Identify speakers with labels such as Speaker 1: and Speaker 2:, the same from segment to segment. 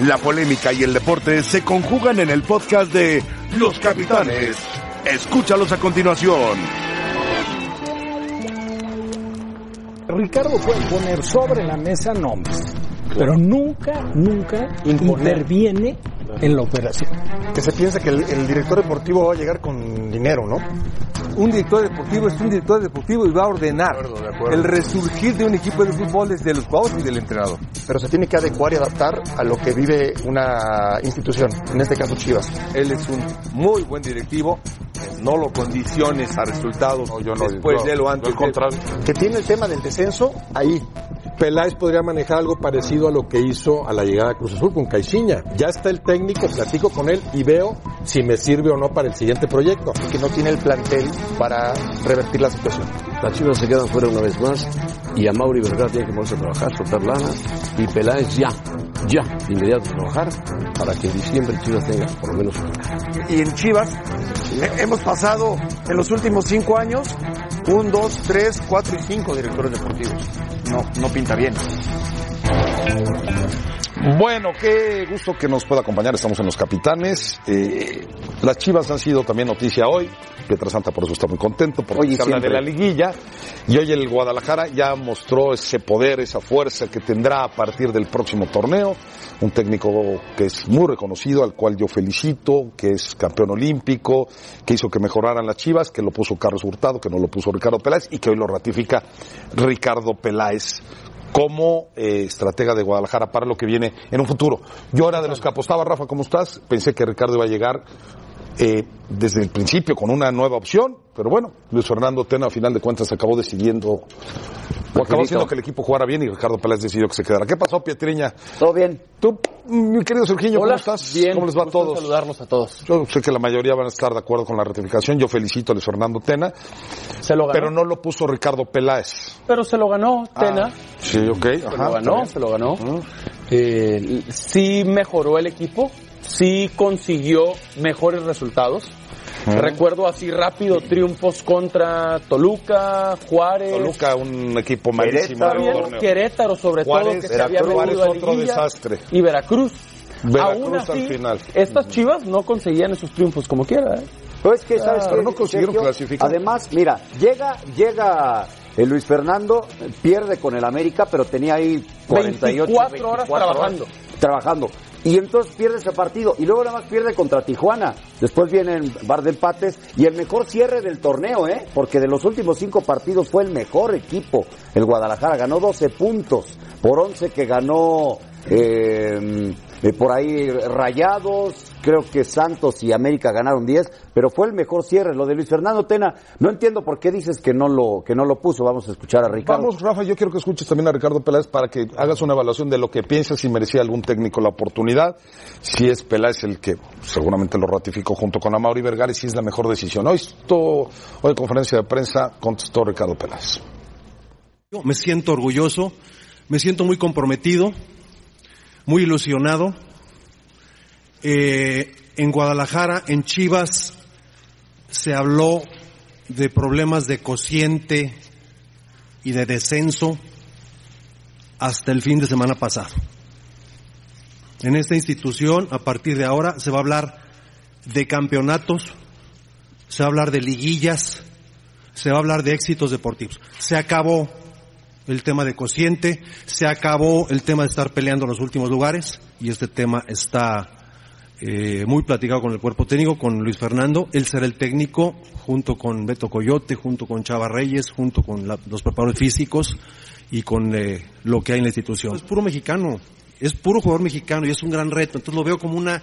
Speaker 1: La polémica y el deporte se conjugan en el podcast de Los Capitanes. Escúchalos a continuación.
Speaker 2: Ricardo puede poner sobre la mesa nombres, pero nunca, nunca
Speaker 3: Imponer.
Speaker 2: interviene en la operación.
Speaker 3: Que se piensa que el, el director deportivo va a llegar con dinero, ¿no?
Speaker 4: Un director deportivo es un director deportivo y va a ordenar
Speaker 3: De acuerdo, de acuerdo.
Speaker 4: el resurgir de un equipo de fútbol desde los jugadores y del entrenador.
Speaker 3: Pero se tiene que adecuar y adaptar a lo que vive una institución, en este caso Chivas.
Speaker 4: Él es un muy buen directivo. No lo condiciones a resultados después de lo antes. de-
Speaker 3: Que tiene el tema del descenso ahí.
Speaker 5: Peláez podría manejar algo parecido a lo que hizo a la llegada a Cruz Azul con Caixinha. Ya está el técnico, platico con él y veo si me sirve o no para el siguiente proyecto.
Speaker 3: y que no tiene el plantel para revertir la situación.
Speaker 6: Las chivas se quedan fuera una vez más y a Mauri Vergara tiene que ponerse a trabajar, soltar lana y Peláez ya, ya, de inmediato trabajar para que en diciembre Chivas tenga por lo menos una.
Speaker 7: y en Chivas he- Eh, hemos pasado en los últimos cinco años un, dos, tres, cuatro y cinco directores deportivos. No, no pinta bien.
Speaker 8: Bueno, qué gusto que nos pueda acompañar. Estamos en los capitanes. Eh, las chivas han sido también noticia hoy. Pietrasanta por eso está muy contento, porque
Speaker 6: Hoy y
Speaker 8: se habla
Speaker 6: siempre.
Speaker 8: de la liguilla. Y hoy el Guadalajara ya mostró ese poder, esa fuerza que tendrá a partir del próximo torneo. Un técnico que es muy reconocido, al cual yo felicito, que es campeón olímpico, que hizo que mejoraran las chivas, que lo puso Carlos Hurtado, que no lo puso Ricardo Peláez y que hoy lo ratifica Ricardo Peláez como eh, estratega de Guadalajara para lo que viene en un futuro. Yo era de los que apostaba, Rafa, ¿cómo estás? Pensé que Ricardo iba a llegar eh, desde el principio con una nueva opción, pero bueno, Luis Fernando Tena a final de cuentas acabó decidiendo, o acabó haciendo que el equipo jugara bien y Ricardo Pérez decidió que se quedara. ¿Qué pasó, Pietriña?
Speaker 9: ¿Todo bien?
Speaker 8: Tú, mi querido Sergio, ¿cómo estás?
Speaker 9: Bien.
Speaker 8: ¿Cómo les va a
Speaker 9: Gusto en
Speaker 8: todos?
Speaker 9: saludarlos a todos.
Speaker 8: Yo sé que la mayoría van a estar de acuerdo con la ratificación. Yo felicito a Luis Fernando Tena,
Speaker 9: Se lo ganó.
Speaker 8: pero
Speaker 9: Pero,
Speaker 8: no lo puso Ricardo Peláez.
Speaker 9: se lo ganó Tena.
Speaker 8: Sí, ok.
Speaker 9: se
Speaker 8: ajá,
Speaker 9: lo ganó, se lo ganó. Eh, sí mejoró el equipo. Sí consiguió mejores resultados. Recuerdo así rápido triunfos contra Toluca, Juárez.
Speaker 8: Toluca, un equipo malísimo del
Speaker 9: También
Speaker 8: torneo.
Speaker 9: Querétaro sobre
Speaker 8: Juárez,
Speaker 9: todo que se
Speaker 8: Veracruz,
Speaker 9: había venido
Speaker 8: Juárez,
Speaker 9: a
Speaker 8: otro
Speaker 9: liguilla,
Speaker 8: desastre.
Speaker 9: y Veracruz.
Speaker 8: Veracruz
Speaker 9: Aún así,
Speaker 8: al final.
Speaker 9: Estas Chivas no conseguían esos triunfos como quiera. ¿eh?
Speaker 7: Pero es que,
Speaker 3: Ah,
Speaker 7: ¿sabes
Speaker 8: Pero
Speaker 7: qué,
Speaker 8: no consiguieron
Speaker 7: Sergio?
Speaker 8: clasificar.
Speaker 9: Además,
Speaker 7: Mira, llega, llega eh, Luis Fernando, eh, pierde con el América, pero tenía ahí 48
Speaker 9: 24 horas trabajando.
Speaker 7: horas trabajando. Y entonces pierde ese partido. Y luego nada más pierde contra Tijuana. Después viene el bar de empates. Y el mejor cierre del torneo, ¿eh? Porque de los últimos cinco partidos fue el mejor equipo. El Guadalajara ganó 12 puntos por 11 que ganó eh, eh, por ahí Rayados. Creo que Santos y América ganaron 10. Pero fue el mejor cierre. Lo de Luis Fernando Tena. No entiendo por qué dices que no lo, que no lo puso. Vamos a escuchar a Ricardo.
Speaker 8: Vamos, Rafa, yo quiero que escuches también a Ricardo Peláez para que hagas una evaluación de lo que piensas si merecía algún técnico la oportunidad, si es Peláez el que seguramente lo ratificó junto con Amauri Vergara y si es la mejor decisión. Hoy, esto, hoy conferencia de prensa contestó Ricardo Peláez.
Speaker 10: Yo Me siento orgulloso, me siento muy comprometido, muy ilusionado. Eh, en Guadalajara, en Chivas, se habló de problemas de cociente y de descenso hasta el fin de semana pasado. En esta institución, a partir de ahora, se va a hablar de campeonatos, se va a hablar de liguillas, se va a hablar de éxitos deportivos. Se acabó el tema de cociente, se acabó el tema de estar peleando los últimos lugares y este tema está eh, muy platicado con el cuerpo técnico, con Luis Fernando. Él será el técnico junto con Beto Coyote, junto con Chava Reyes, junto con la- los preparadores físicos y con eh, lo que hay en la institución. Es puro mexicano, es puro jugador mexicano y es un gran reto. Entonces lo veo como una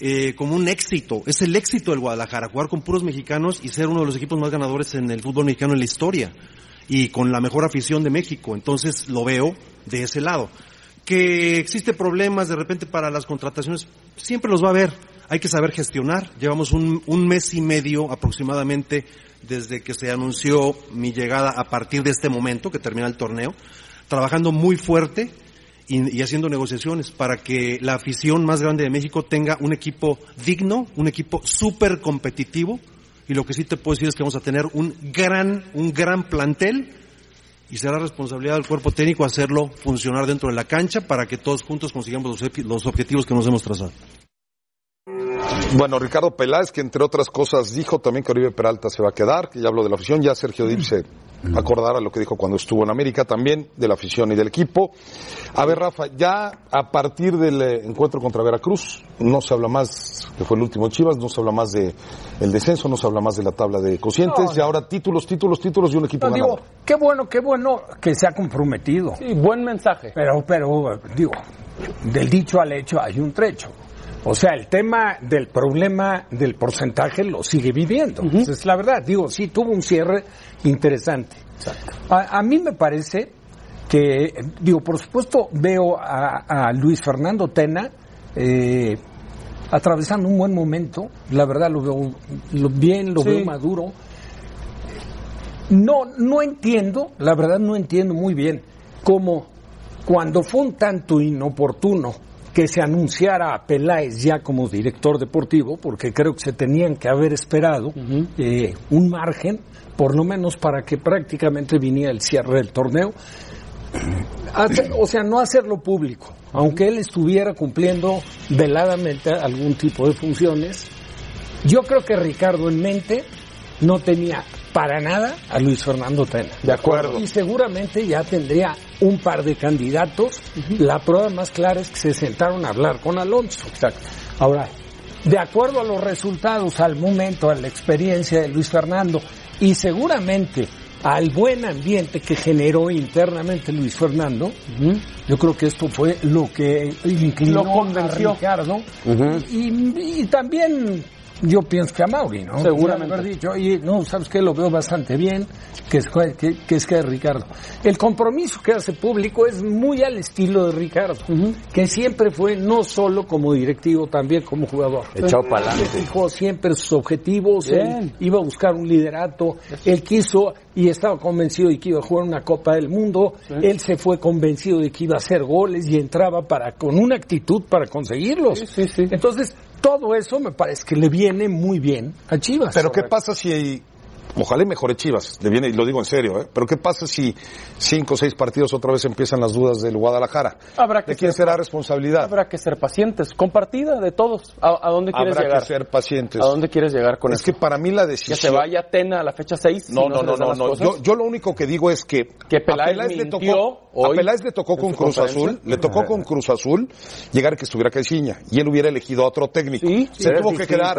Speaker 10: eh, como un éxito. Es el éxito del Guadalajara, jugar con puros mexicanos y ser uno de los equipos más ganadores en el fútbol mexicano en la historia y con la mejor afición de México. Entonces lo veo de ese lado. Que existe problemas de repente para las contrataciones, siempre los va a haber. Hay que saber gestionar. Llevamos un, un mes y medio aproximadamente desde que se anunció mi llegada a partir de este momento, que termina el torneo, trabajando muy fuerte y, y haciendo negociaciones para que la afición más grande de México tenga un equipo digno, un equipo súper competitivo. Y lo que sí te puedo decir es que vamos a tener un gran, un gran plantel y será responsabilidad del cuerpo técnico hacerlo funcionar dentro de la cancha para que todos juntos consigamos los, epi- los objetivos que nos hemos trazado.
Speaker 8: Bueno, Ricardo Peláez, que entre otras cosas dijo también que Oribe Peralta se va a quedar, que ya habló de la afición, ya Sergio Dip se acordará lo que dijo cuando estuvo en América también, de la afición y del equipo. A ver, Rafa, ya a partir del eh, encuentro contra Veracruz, no se habla más, que fue el último en Chivas, no se habla más de el descenso, no se habla más de la tabla de cocientes, y ahora títulos, títulos, títulos y un equipo
Speaker 2: No, digo,
Speaker 8: ganador.
Speaker 2: qué bueno, qué bueno que se ha comprometido.
Speaker 9: Sí, buen mensaje.
Speaker 2: Pero, pero, digo, del dicho al hecho hay un trecho. O sea, el tema del problema del porcentaje lo sigue viviendo. Esa es la verdad. Digo, sí, tuvo un cierre interesante. A, a mí me parece que, digo, por supuesto veo a, a Luis Fernando Tena eh, atravesando un buen momento. La verdad lo veo lo- bien, lo veo maduro. No, no entiendo, la verdad no entiendo muy bien cómo cuando fue un tanto inoportuno que se anunciara a Peláez ya como director deportivo, porque creo que se tenían que haber esperado eh, un margen, por lo menos para que prácticamente viniera el cierre del torneo, Hace- o sea, no hacerlo público, aunque él estuviera cumpliendo veladamente algún tipo de funciones, yo creo que Ricardo en mente no tenía para nada a Luis Fernando Tena.
Speaker 8: De acuerdo.
Speaker 2: Y seguramente ya tendría un par de candidatos. La prueba más clara es que se sentaron a hablar con Alonso. Ahora, de acuerdo a los resultados, al momento, a la experiencia de Luis Fernando y seguramente al buen ambiente que generó internamente Luis Fernando, yo creo que esto fue lo que inclinó
Speaker 9: Lo convenció.
Speaker 2: a Ricardo y, y también yo pienso que a Mauri, ¿no?
Speaker 9: Seguramente.
Speaker 2: Ya haber dicho, oye, no, ¿sabes qué? Lo veo bastante bien, que es, jue- que, que es que Ricardo. El compromiso que hace público es muy al estilo de Ricardo, que siempre fue no solo como directivo, también como jugador.
Speaker 6: Echado para adelante.
Speaker 2: Fijó siempre sus objetivos, él iba a buscar un liderato, él quiso y estaba convencido de que iba a jugar una Copa del Mundo, él se fue convencido de que iba a hacer goles y entraba para con una actitud para conseguirlos. Entonces, todo eso me parece que le viene muy bien a Chivas.
Speaker 8: Pero ¿qué pasa si, ojalá y mejore Chivas, le viene, y lo digo en serio, ¿eh? pero ¿qué pasa si cinco o seis partidos otra vez empiezan las dudas del Guadalajara?
Speaker 9: Habrá que
Speaker 8: ¿De quién
Speaker 9: ser-
Speaker 8: será responsabilidad?
Speaker 9: Habrá que ser pacientes, compartida de todos. ¿A, a dónde quieres
Speaker 8: Habrá
Speaker 9: llegar?
Speaker 8: que ser pacientes.
Speaker 9: ¿A dónde quieres llegar con
Speaker 8: Es
Speaker 9: esto?
Speaker 8: que para mí la
Speaker 9: Que
Speaker 8: decisión...
Speaker 9: se vaya Tena a la fecha 6.
Speaker 8: No, no, no, no, no. Yo, yo lo único que digo es que,
Speaker 9: Que Peláez
Speaker 8: le
Speaker 9: mintió
Speaker 8: tocó, a
Speaker 9: hoy
Speaker 8: Peláez le tocó
Speaker 9: en
Speaker 8: con
Speaker 9: su
Speaker 8: Cruz
Speaker 9: conferencia. Eh.
Speaker 8: Azul, le tocó con Cruz Azul llegar a que estuviera Caixinha y él hubiera elegido a otro técnico.
Speaker 9: Sí,
Speaker 8: se
Speaker 7: pero es
Speaker 8: tuvo que
Speaker 7: distinto,
Speaker 8: quedar.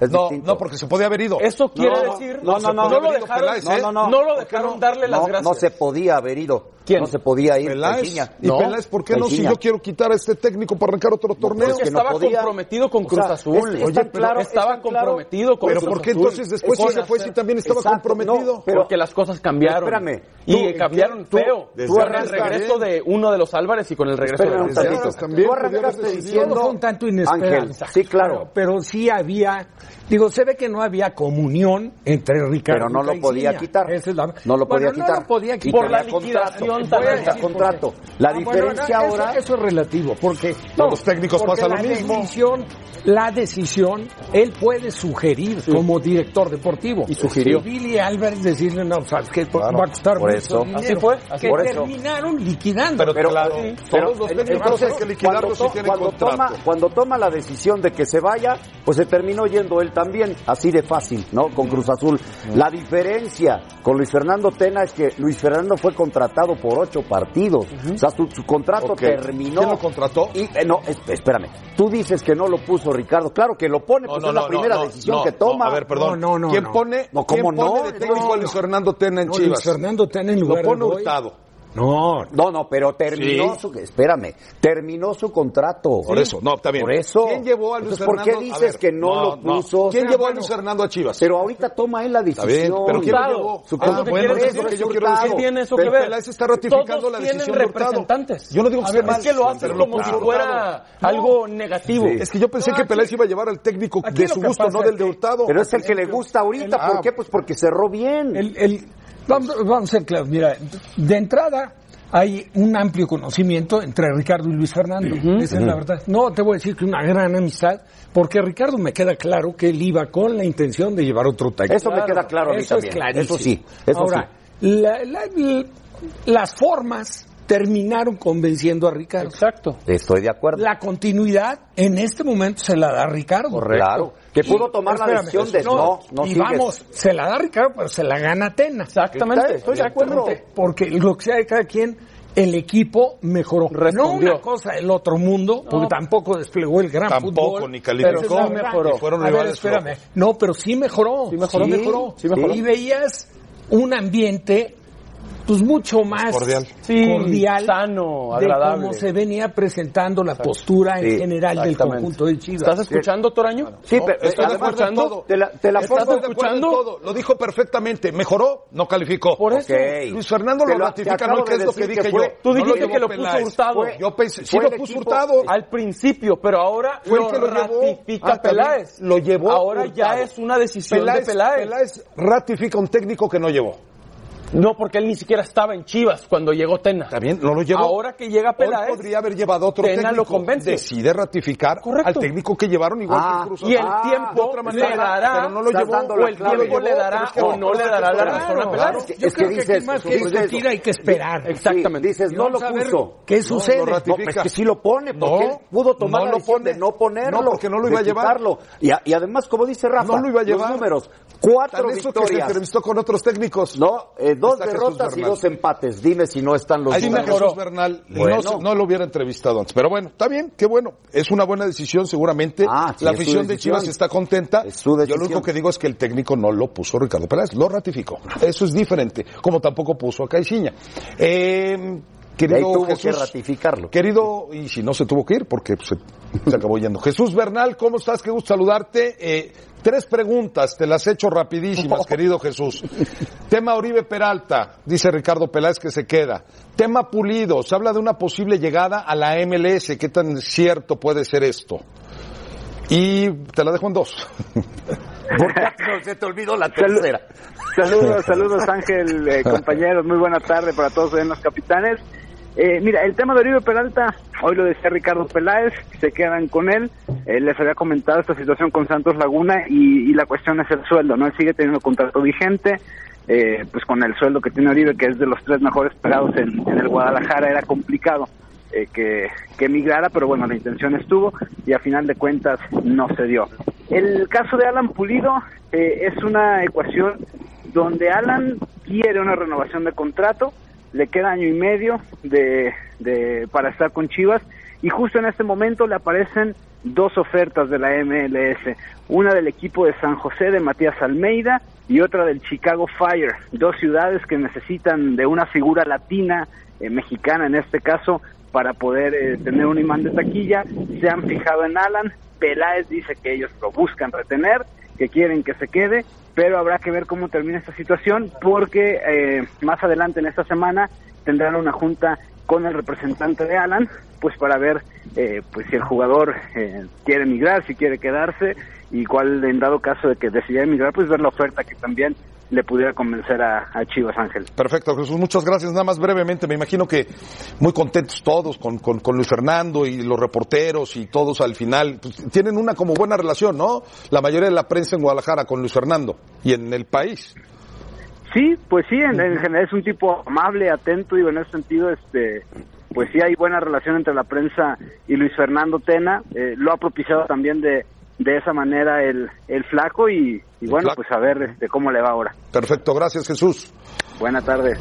Speaker 7: es
Speaker 8: no,
Speaker 7: distinto.
Speaker 8: no, porque se podía haber ido.
Speaker 9: Eso quiere
Speaker 7: No,
Speaker 9: decir.
Speaker 7: no, no, no,
Speaker 9: no lo
Speaker 8: Benito
Speaker 9: dejaron,
Speaker 8: Peláez, ¿eh?
Speaker 9: no, no, no, lo dejaron darle las
Speaker 7: no,
Speaker 9: gracias.
Speaker 7: No se podía haber ido.
Speaker 9: ¿Quién?
Speaker 7: No se podía ir.
Speaker 8: Peláez.
Speaker 7: Caixinha.
Speaker 8: ¿Y Peláez por qué no? Si
Speaker 7: Caixinha.
Speaker 8: yo quiero quitar a este técnico para arrancar otro torneo.
Speaker 7: pues que no
Speaker 9: estaba
Speaker 7: podía.
Speaker 9: comprometido con
Speaker 7: O
Speaker 9: Cruz
Speaker 7: sea,
Speaker 9: Azul.
Speaker 7: es- es tan
Speaker 9: Oye, pues,
Speaker 7: claro, es
Speaker 9: estaba
Speaker 7: tan claro.
Speaker 9: comprometido con
Speaker 8: pero
Speaker 9: Cruz
Speaker 8: ¿por qué
Speaker 9: Azul.
Speaker 8: entonces después si
Speaker 9: Con
Speaker 8: se fue
Speaker 9: hacer-
Speaker 8: si también estaba
Speaker 7: Exacto,
Speaker 8: comprometido?
Speaker 7: no, pero-
Speaker 9: porque las cosas cambiaron.
Speaker 7: Espérame.
Speaker 9: Y
Speaker 8: Tú-
Speaker 9: cambiaron
Speaker 8: tú-
Speaker 9: feo.
Speaker 8: desde
Speaker 9: con el
Speaker 8: antes
Speaker 9: regreso
Speaker 8: también.
Speaker 9: de uno de los Álvarez y con el regreso
Speaker 7: Espérame
Speaker 9: de
Speaker 7: un
Speaker 8: Desde
Speaker 7: tantito.
Speaker 8: antes también
Speaker 7: Tú
Speaker 8: pudieras
Speaker 7: arrancaste
Speaker 8: decidir.
Speaker 7: diciendo...
Speaker 2: Todo fue un tanto inesperado.
Speaker 7: Ángel, sí, claro.
Speaker 2: Pero, pero sí había, digo, se ve que no había comunión entre Ricardo
Speaker 7: Pero no
Speaker 2: y
Speaker 7: lo
Speaker 2: Caixinha.
Speaker 7: podía quitar.
Speaker 2: Esa es la-
Speaker 7: No lo podía
Speaker 2: Bueno,
Speaker 7: quitar.
Speaker 2: No lo podía
Speaker 7: Y
Speaker 2: quitar.
Speaker 9: Por la
Speaker 7: tenía contrato.
Speaker 9: liquidación
Speaker 2: Voy a
Speaker 9: también.
Speaker 2: decir
Speaker 7: Tenía contrato. La
Speaker 2: Ah, bueno,
Speaker 7: diferencia
Speaker 2: no, eso-
Speaker 7: ahora...
Speaker 2: Eso es relativo, porque...
Speaker 8: Con los técnicos
Speaker 2: porque
Speaker 8: pasa lo
Speaker 2: la
Speaker 8: mismo.
Speaker 2: Decisión, la decisión, él puede sugerir como director deportivo.
Speaker 9: Y sugirió.
Speaker 2: Y Billy Álvarez decirle, no, sabes que esto
Speaker 8: Claro,
Speaker 2: va a costar
Speaker 7: por
Speaker 2: mucho
Speaker 7: eso.
Speaker 2: dinero.
Speaker 9: Así fue, así
Speaker 2: que
Speaker 9: por
Speaker 7: eso.
Speaker 2: terminaron liquidando.
Speaker 8: Pero, claro,
Speaker 7: Pero,
Speaker 8: todos los
Speaker 7: eh,
Speaker 8: técnicos
Speaker 7: entonces,
Speaker 8: hay que liquidarlos
Speaker 7: cuando
Speaker 8: si
Speaker 7: to-
Speaker 8: tienen
Speaker 7: cuando
Speaker 8: contrato.
Speaker 7: toma, cuando toma la decisión de que se vaya, pues se terminó yendo él también, así de fácil, ¿no? Con Cruz Azul. La diferencia con Luis Fernando Tena es que Luis Fernando fue contratado por ocho partidos. O sea, su, su contrato
Speaker 8: Ok.
Speaker 7: terminó.
Speaker 8: ¿Quién lo contrató?
Speaker 7: Y, eh, no, es- espérame. Tú dices que no lo puso Ricardo. Claro que lo pone, pues es la primera decisión
Speaker 8: no,
Speaker 7: que toma.
Speaker 8: no, a ver, perdón.
Speaker 2: No, no, no,
Speaker 8: ¿Quién
Speaker 2: no.
Speaker 8: pone,
Speaker 7: No,
Speaker 8: ¿quién
Speaker 7: ¿cómo
Speaker 8: pone
Speaker 7: no?
Speaker 8: de técnico a Luis Fernando Tena en
Speaker 2: No,
Speaker 8: Chivas?
Speaker 2: Luis Fernando Tena en lugar
Speaker 8: Lo pone
Speaker 2: de Boy.
Speaker 8: Hurtado.
Speaker 2: No,
Speaker 7: No, no, pero terminó
Speaker 8: Sí.
Speaker 7: su, espérame, terminó su contrato.
Speaker 8: Por eso, no, está bien.
Speaker 7: Por eso.
Speaker 8: ¿Quién llevó a Luis
Speaker 7: Entonces,
Speaker 8: Fernando?
Speaker 7: ¿Por
Speaker 8: a
Speaker 7: qué dices
Speaker 8: ver,
Speaker 7: que no, lo puso?
Speaker 8: ¿Quién
Speaker 7: Pero
Speaker 8: llevó a
Speaker 7: bueno,
Speaker 8: Luis Fernando a Chivas?
Speaker 7: Pero ahorita toma él la
Speaker 8: Está
Speaker 7: decisión.
Speaker 8: bien, pero ¿quién
Speaker 9: Hurtado.
Speaker 8: lo llevó?
Speaker 7: Su
Speaker 9: Ah,
Speaker 7: contrato
Speaker 9: bueno,
Speaker 7: es
Speaker 9: eso es lo que yo
Speaker 8: quiero
Speaker 7: resultado.
Speaker 8: decir.
Speaker 9: tiene eso que
Speaker 8: Pero
Speaker 9: ver?
Speaker 8: Peláez está ratificando
Speaker 9: Todos
Speaker 8: la
Speaker 9: tienen
Speaker 8: decisión de Hurtado.
Speaker 9: representantes.
Speaker 8: Yo no digo que
Speaker 9: A
Speaker 8: esté
Speaker 9: ver,
Speaker 8: mal,
Speaker 9: Es que lo haces
Speaker 8: pero lo
Speaker 9: como si
Speaker 8: puso
Speaker 9: fuera algo negativo.
Speaker 8: Es que yo pensé que Peláez iba a llevar al técnico
Speaker 2: Aquí
Speaker 8: de
Speaker 2: lo
Speaker 8: su
Speaker 2: que
Speaker 8: gusto,
Speaker 2: pasa
Speaker 8: no
Speaker 2: es
Speaker 8: del de
Speaker 2: que-
Speaker 8: Hurtado.
Speaker 7: Pero es el que le gusta ahorita. ¿Por
Speaker 8: Ah.
Speaker 7: qué? Pues porque cerró bien.
Speaker 2: El, el- vamos, vamos a ser claros. Mira, de entrada hay un amplio conocimiento entre Ricardo y Luis Fernando. Esa es la verdad. No te voy a decir que una gran amistad, porque Ricardo me queda claro que él iba con la intención de llevar otro técnico.
Speaker 7: Eso me queda claro a mí
Speaker 2: Eso
Speaker 7: también.
Speaker 2: Es
Speaker 7: Eso
Speaker 2: clarísimo.
Speaker 7: sí, eso
Speaker 2: Ahora, la- la- la- las formas terminaron convenciendo a Ricardo.
Speaker 9: Exacto.
Speaker 11: Estoy de acuerdo.
Speaker 2: La continuidad en este momento se la da Ricardo.
Speaker 11: Correcto. Claro.
Speaker 7: Que pudo tomar la decisión de no, no
Speaker 2: Y
Speaker 7: sigues.
Speaker 2: vamos, se la da Ricardo, pero se la gana Atena.
Speaker 9: Exactamente.
Speaker 7: Estoy de acuerdo.
Speaker 2: Porque lo que sea de cada quien, el equipo mejoró.
Speaker 9: Respondió.
Speaker 2: No una cosa del otro mundo, porque tampoco desplegó el gran
Speaker 8: Tampoco,
Speaker 2: fútbol.
Speaker 8: ni calificó,
Speaker 2: pero sí
Speaker 8: ni
Speaker 2: mejoró.
Speaker 8: fueron
Speaker 2: A ver,
Speaker 8: rivales
Speaker 2: espérame. No, pero sí mejoró.
Speaker 9: Sí mejoró, mejoró, sí mejoró.
Speaker 2: Y veías un ambiente pues mucho más
Speaker 8: cordial.
Speaker 9: Sí,
Speaker 2: cordial
Speaker 9: sano,
Speaker 2: de
Speaker 9: agradable.
Speaker 2: cómo se venía presentando la postura en
Speaker 11: Sí,
Speaker 2: general del
Speaker 9: exactamente.
Speaker 2: conjunto de Chivas.
Speaker 9: ¿Estás escuchando, Toraño?
Speaker 7: Sí, pero
Speaker 8: Estoy eh, de
Speaker 7: además,
Speaker 8: acuerdo en todo.
Speaker 7: Te la, te la
Speaker 9: ¿Estás
Speaker 7: pongo-
Speaker 8: Estoy de acuerdo en
Speaker 9: escuchando?
Speaker 8: todo. Lo dijo perfectamente. Mejoró, no calificó.
Speaker 9: Por eso.
Speaker 7: Ok.
Speaker 8: Luis Fernando
Speaker 7: Te
Speaker 8: lo
Speaker 7: lo- te
Speaker 8: ratifica,
Speaker 7: acabo
Speaker 8: no que
Speaker 7: de
Speaker 8: es lo que
Speaker 7: decir que
Speaker 8: dije
Speaker 7: fue-
Speaker 8: yo.
Speaker 9: Tú
Speaker 8: No
Speaker 9: dijiste
Speaker 8: llevó
Speaker 9: que lo
Speaker 8: Peláez.
Speaker 9: puso Hurtado.
Speaker 7: Fue-
Speaker 8: Yo pensé, sí
Speaker 7: fue
Speaker 8: lo
Speaker 7: el
Speaker 8: puso
Speaker 7: equipo-
Speaker 8: Hurtado.
Speaker 9: Al principio, pero ahora
Speaker 8: Fue el
Speaker 9: lo,
Speaker 8: que lo llevó.
Speaker 9: ratifica
Speaker 8: Ah, también
Speaker 9: Peláez.
Speaker 8: lo llevó
Speaker 9: Ahora ya
Speaker 8: Hurtado.
Speaker 9: es una decisión de Peláez.
Speaker 8: Peláez ratifica un técnico que no llevó.
Speaker 9: No, porque él ni siquiera estaba en Chivas cuando llegó Tena.
Speaker 8: Está bien, no lo llevó.
Speaker 9: Ahora que llega
Speaker 8: Hoy
Speaker 9: Peláez,
Speaker 8: podría haber llevado otro
Speaker 9: Tena
Speaker 8: técnico.
Speaker 9: lo convence.
Speaker 8: Decide ratificar
Speaker 9: Correcto.
Speaker 8: al técnico que llevaron igual
Speaker 7: Ah,
Speaker 8: que Cruz Azul.
Speaker 9: y el
Speaker 7: Ah, de
Speaker 9: tiempo
Speaker 7: otra
Speaker 9: le dará,
Speaker 8: pero no lo
Speaker 7: estás
Speaker 8: llevó,
Speaker 7: dando
Speaker 9: o
Speaker 7: la
Speaker 9: el
Speaker 7: clave.
Speaker 9: tiempo le dará
Speaker 8: Pero es que
Speaker 9: o
Speaker 8: no,
Speaker 9: no le dará la razón a
Speaker 7: claro,
Speaker 9: Peláez.
Speaker 7: es que-
Speaker 2: Yo
Speaker 7: es que
Speaker 2: creo que,
Speaker 7: dices,
Speaker 2: aquí más que
Speaker 7: dices
Speaker 2: discutir
Speaker 7: eso.
Speaker 2: hay que esperar.
Speaker 7: Sí,
Speaker 9: Exactamente.
Speaker 7: dices,
Speaker 2: Y
Speaker 7: no lo
Speaker 2: vamos a ver
Speaker 7: puso.
Speaker 2: ¿Qué
Speaker 8: No,
Speaker 2: sucede?
Speaker 8: lo ratifica.
Speaker 7: No, pues es que sí lo pone, porque
Speaker 8: No,
Speaker 7: él pudo tomar
Speaker 8: no
Speaker 7: la
Speaker 8: lo
Speaker 7: decisión
Speaker 8: pone.
Speaker 7: de no ponerlo.
Speaker 8: No, porque no lo iba a
Speaker 7: de
Speaker 8: llevar.
Speaker 7: quitarlo. Y, a- y además, como dice Rafa,
Speaker 8: No lo iba a llevar.
Speaker 7: los números, cuatro
Speaker 8: Tan eso que se
Speaker 7: victorias,
Speaker 8: entrevistó con otros técnicos.
Speaker 7: no, eh, dos
Speaker 8: Está Jesús
Speaker 7: derrotas y
Speaker 8: Bernal.
Speaker 7: dos empates. Dime si no están los
Speaker 8: Ahí está
Speaker 7: números.
Speaker 8: Jesús Bernal.
Speaker 7: Bueno.
Speaker 8: No, se- no lo hubiera entrevistado antes. Pero bueno, está bien, qué bueno. Es una buena decisión, seguramente.
Speaker 7: Ah, sí,
Speaker 8: la
Speaker 7: es su
Speaker 8: afición de
Speaker 7: decisión.
Speaker 8: Chivas está contenta.
Speaker 7: Es su
Speaker 8: Yo
Speaker 7: decisión.
Speaker 8: lo único que digo es que el técnico no lo puso Ricardo Peláez, lo ratificó. Eso es diferente, como tampoco puso a Caixinha. Eh,
Speaker 7: Y ahí
Speaker 8: querido
Speaker 7: tuvo que
Speaker 8: Jesús,
Speaker 7: ratificarlo.
Speaker 8: Querido, y si no se tuvo que ir, porque pues, se, se acabó yendo. Jesús Bernal, ¿cómo estás? Qué gusto saludarte. Eh, tres preguntas, te las he hecho rapidísimas, querido Jesús. Tema Oribe Peralta, dice Ricardo Peláez que se queda. Tema Pulido, se habla de una posible llegada a la MLS. ¿Qué tan cierto puede ser esto? Y te la dejo en dos.
Speaker 7: No, se te olvidó la tercera.
Speaker 12: Saludos, saludos Ángel, eh, compañeros, muy buena tarde para todos en los capitanes. Eh, mira, el tema de Oribe Peralta, hoy lo decía Ricardo Peláez, se quedan con él, Eh, les había comentado esta situación con Santos Laguna y, y la cuestión es el sueldo, ¿no? Él sigue teniendo contrato vigente, eh, pues con el sueldo que tiene Oribe, que es de los tres mejores pagados en, en el Guadalajara, era complicado eh, que, que emigrara, pero bueno, la intención estuvo y a final de cuentas no se dio. El caso de Alan Pulido eh, es una ecuación donde Alan quiere una renovación de contrato, le queda año y medio de, de- para estar con Chivas y justo en este momento le aparecen dos ofertas de la MLS, una del equipo de San José de Matías Almeida y otra del Chicago Fire, dos ciudades que necesitan de una figura latina, eh, mexicana en este caso, para poder eh, tener un imán de taquilla, se han fijado en Alan, Peláez dice que ellos lo buscan retener, que quieren que se quede, pero habrá que ver cómo termina esta situación porque eh, más adelante en esta semana tendrán una junta con el representante de Alan, pues para ver eh, pues si el jugador eh, quiere emigrar, si quiere quedarse y cuál en dado caso de que decida emigrar, pues ver la oferta que también le pudiera convencer a, a Chivas Ángel.
Speaker 8: Perfecto, Jesús, muchas gracias. Nada más brevemente, me imagino que muy contentos todos con, con, con Luis Fernando y los reporteros y todos al final. Pues, tienen una como buena relación, ¿no? La mayoría de la prensa en Guadalajara con Luis Fernando y en el país.
Speaker 12: Sí, pues sí, en, en general es un tipo amable, atento, digo, en ese sentido, este, pues sí hay buena relación entre la prensa y Luis Fernando Tena, eh, lo ha propiciado también de, de esa manera el, el flaco y, y
Speaker 8: El
Speaker 12: bueno,
Speaker 8: flaco.
Speaker 12: pues a ver este, cómo le va ahora.
Speaker 8: Perfecto, gracias Jesús.
Speaker 12: Buena tarde.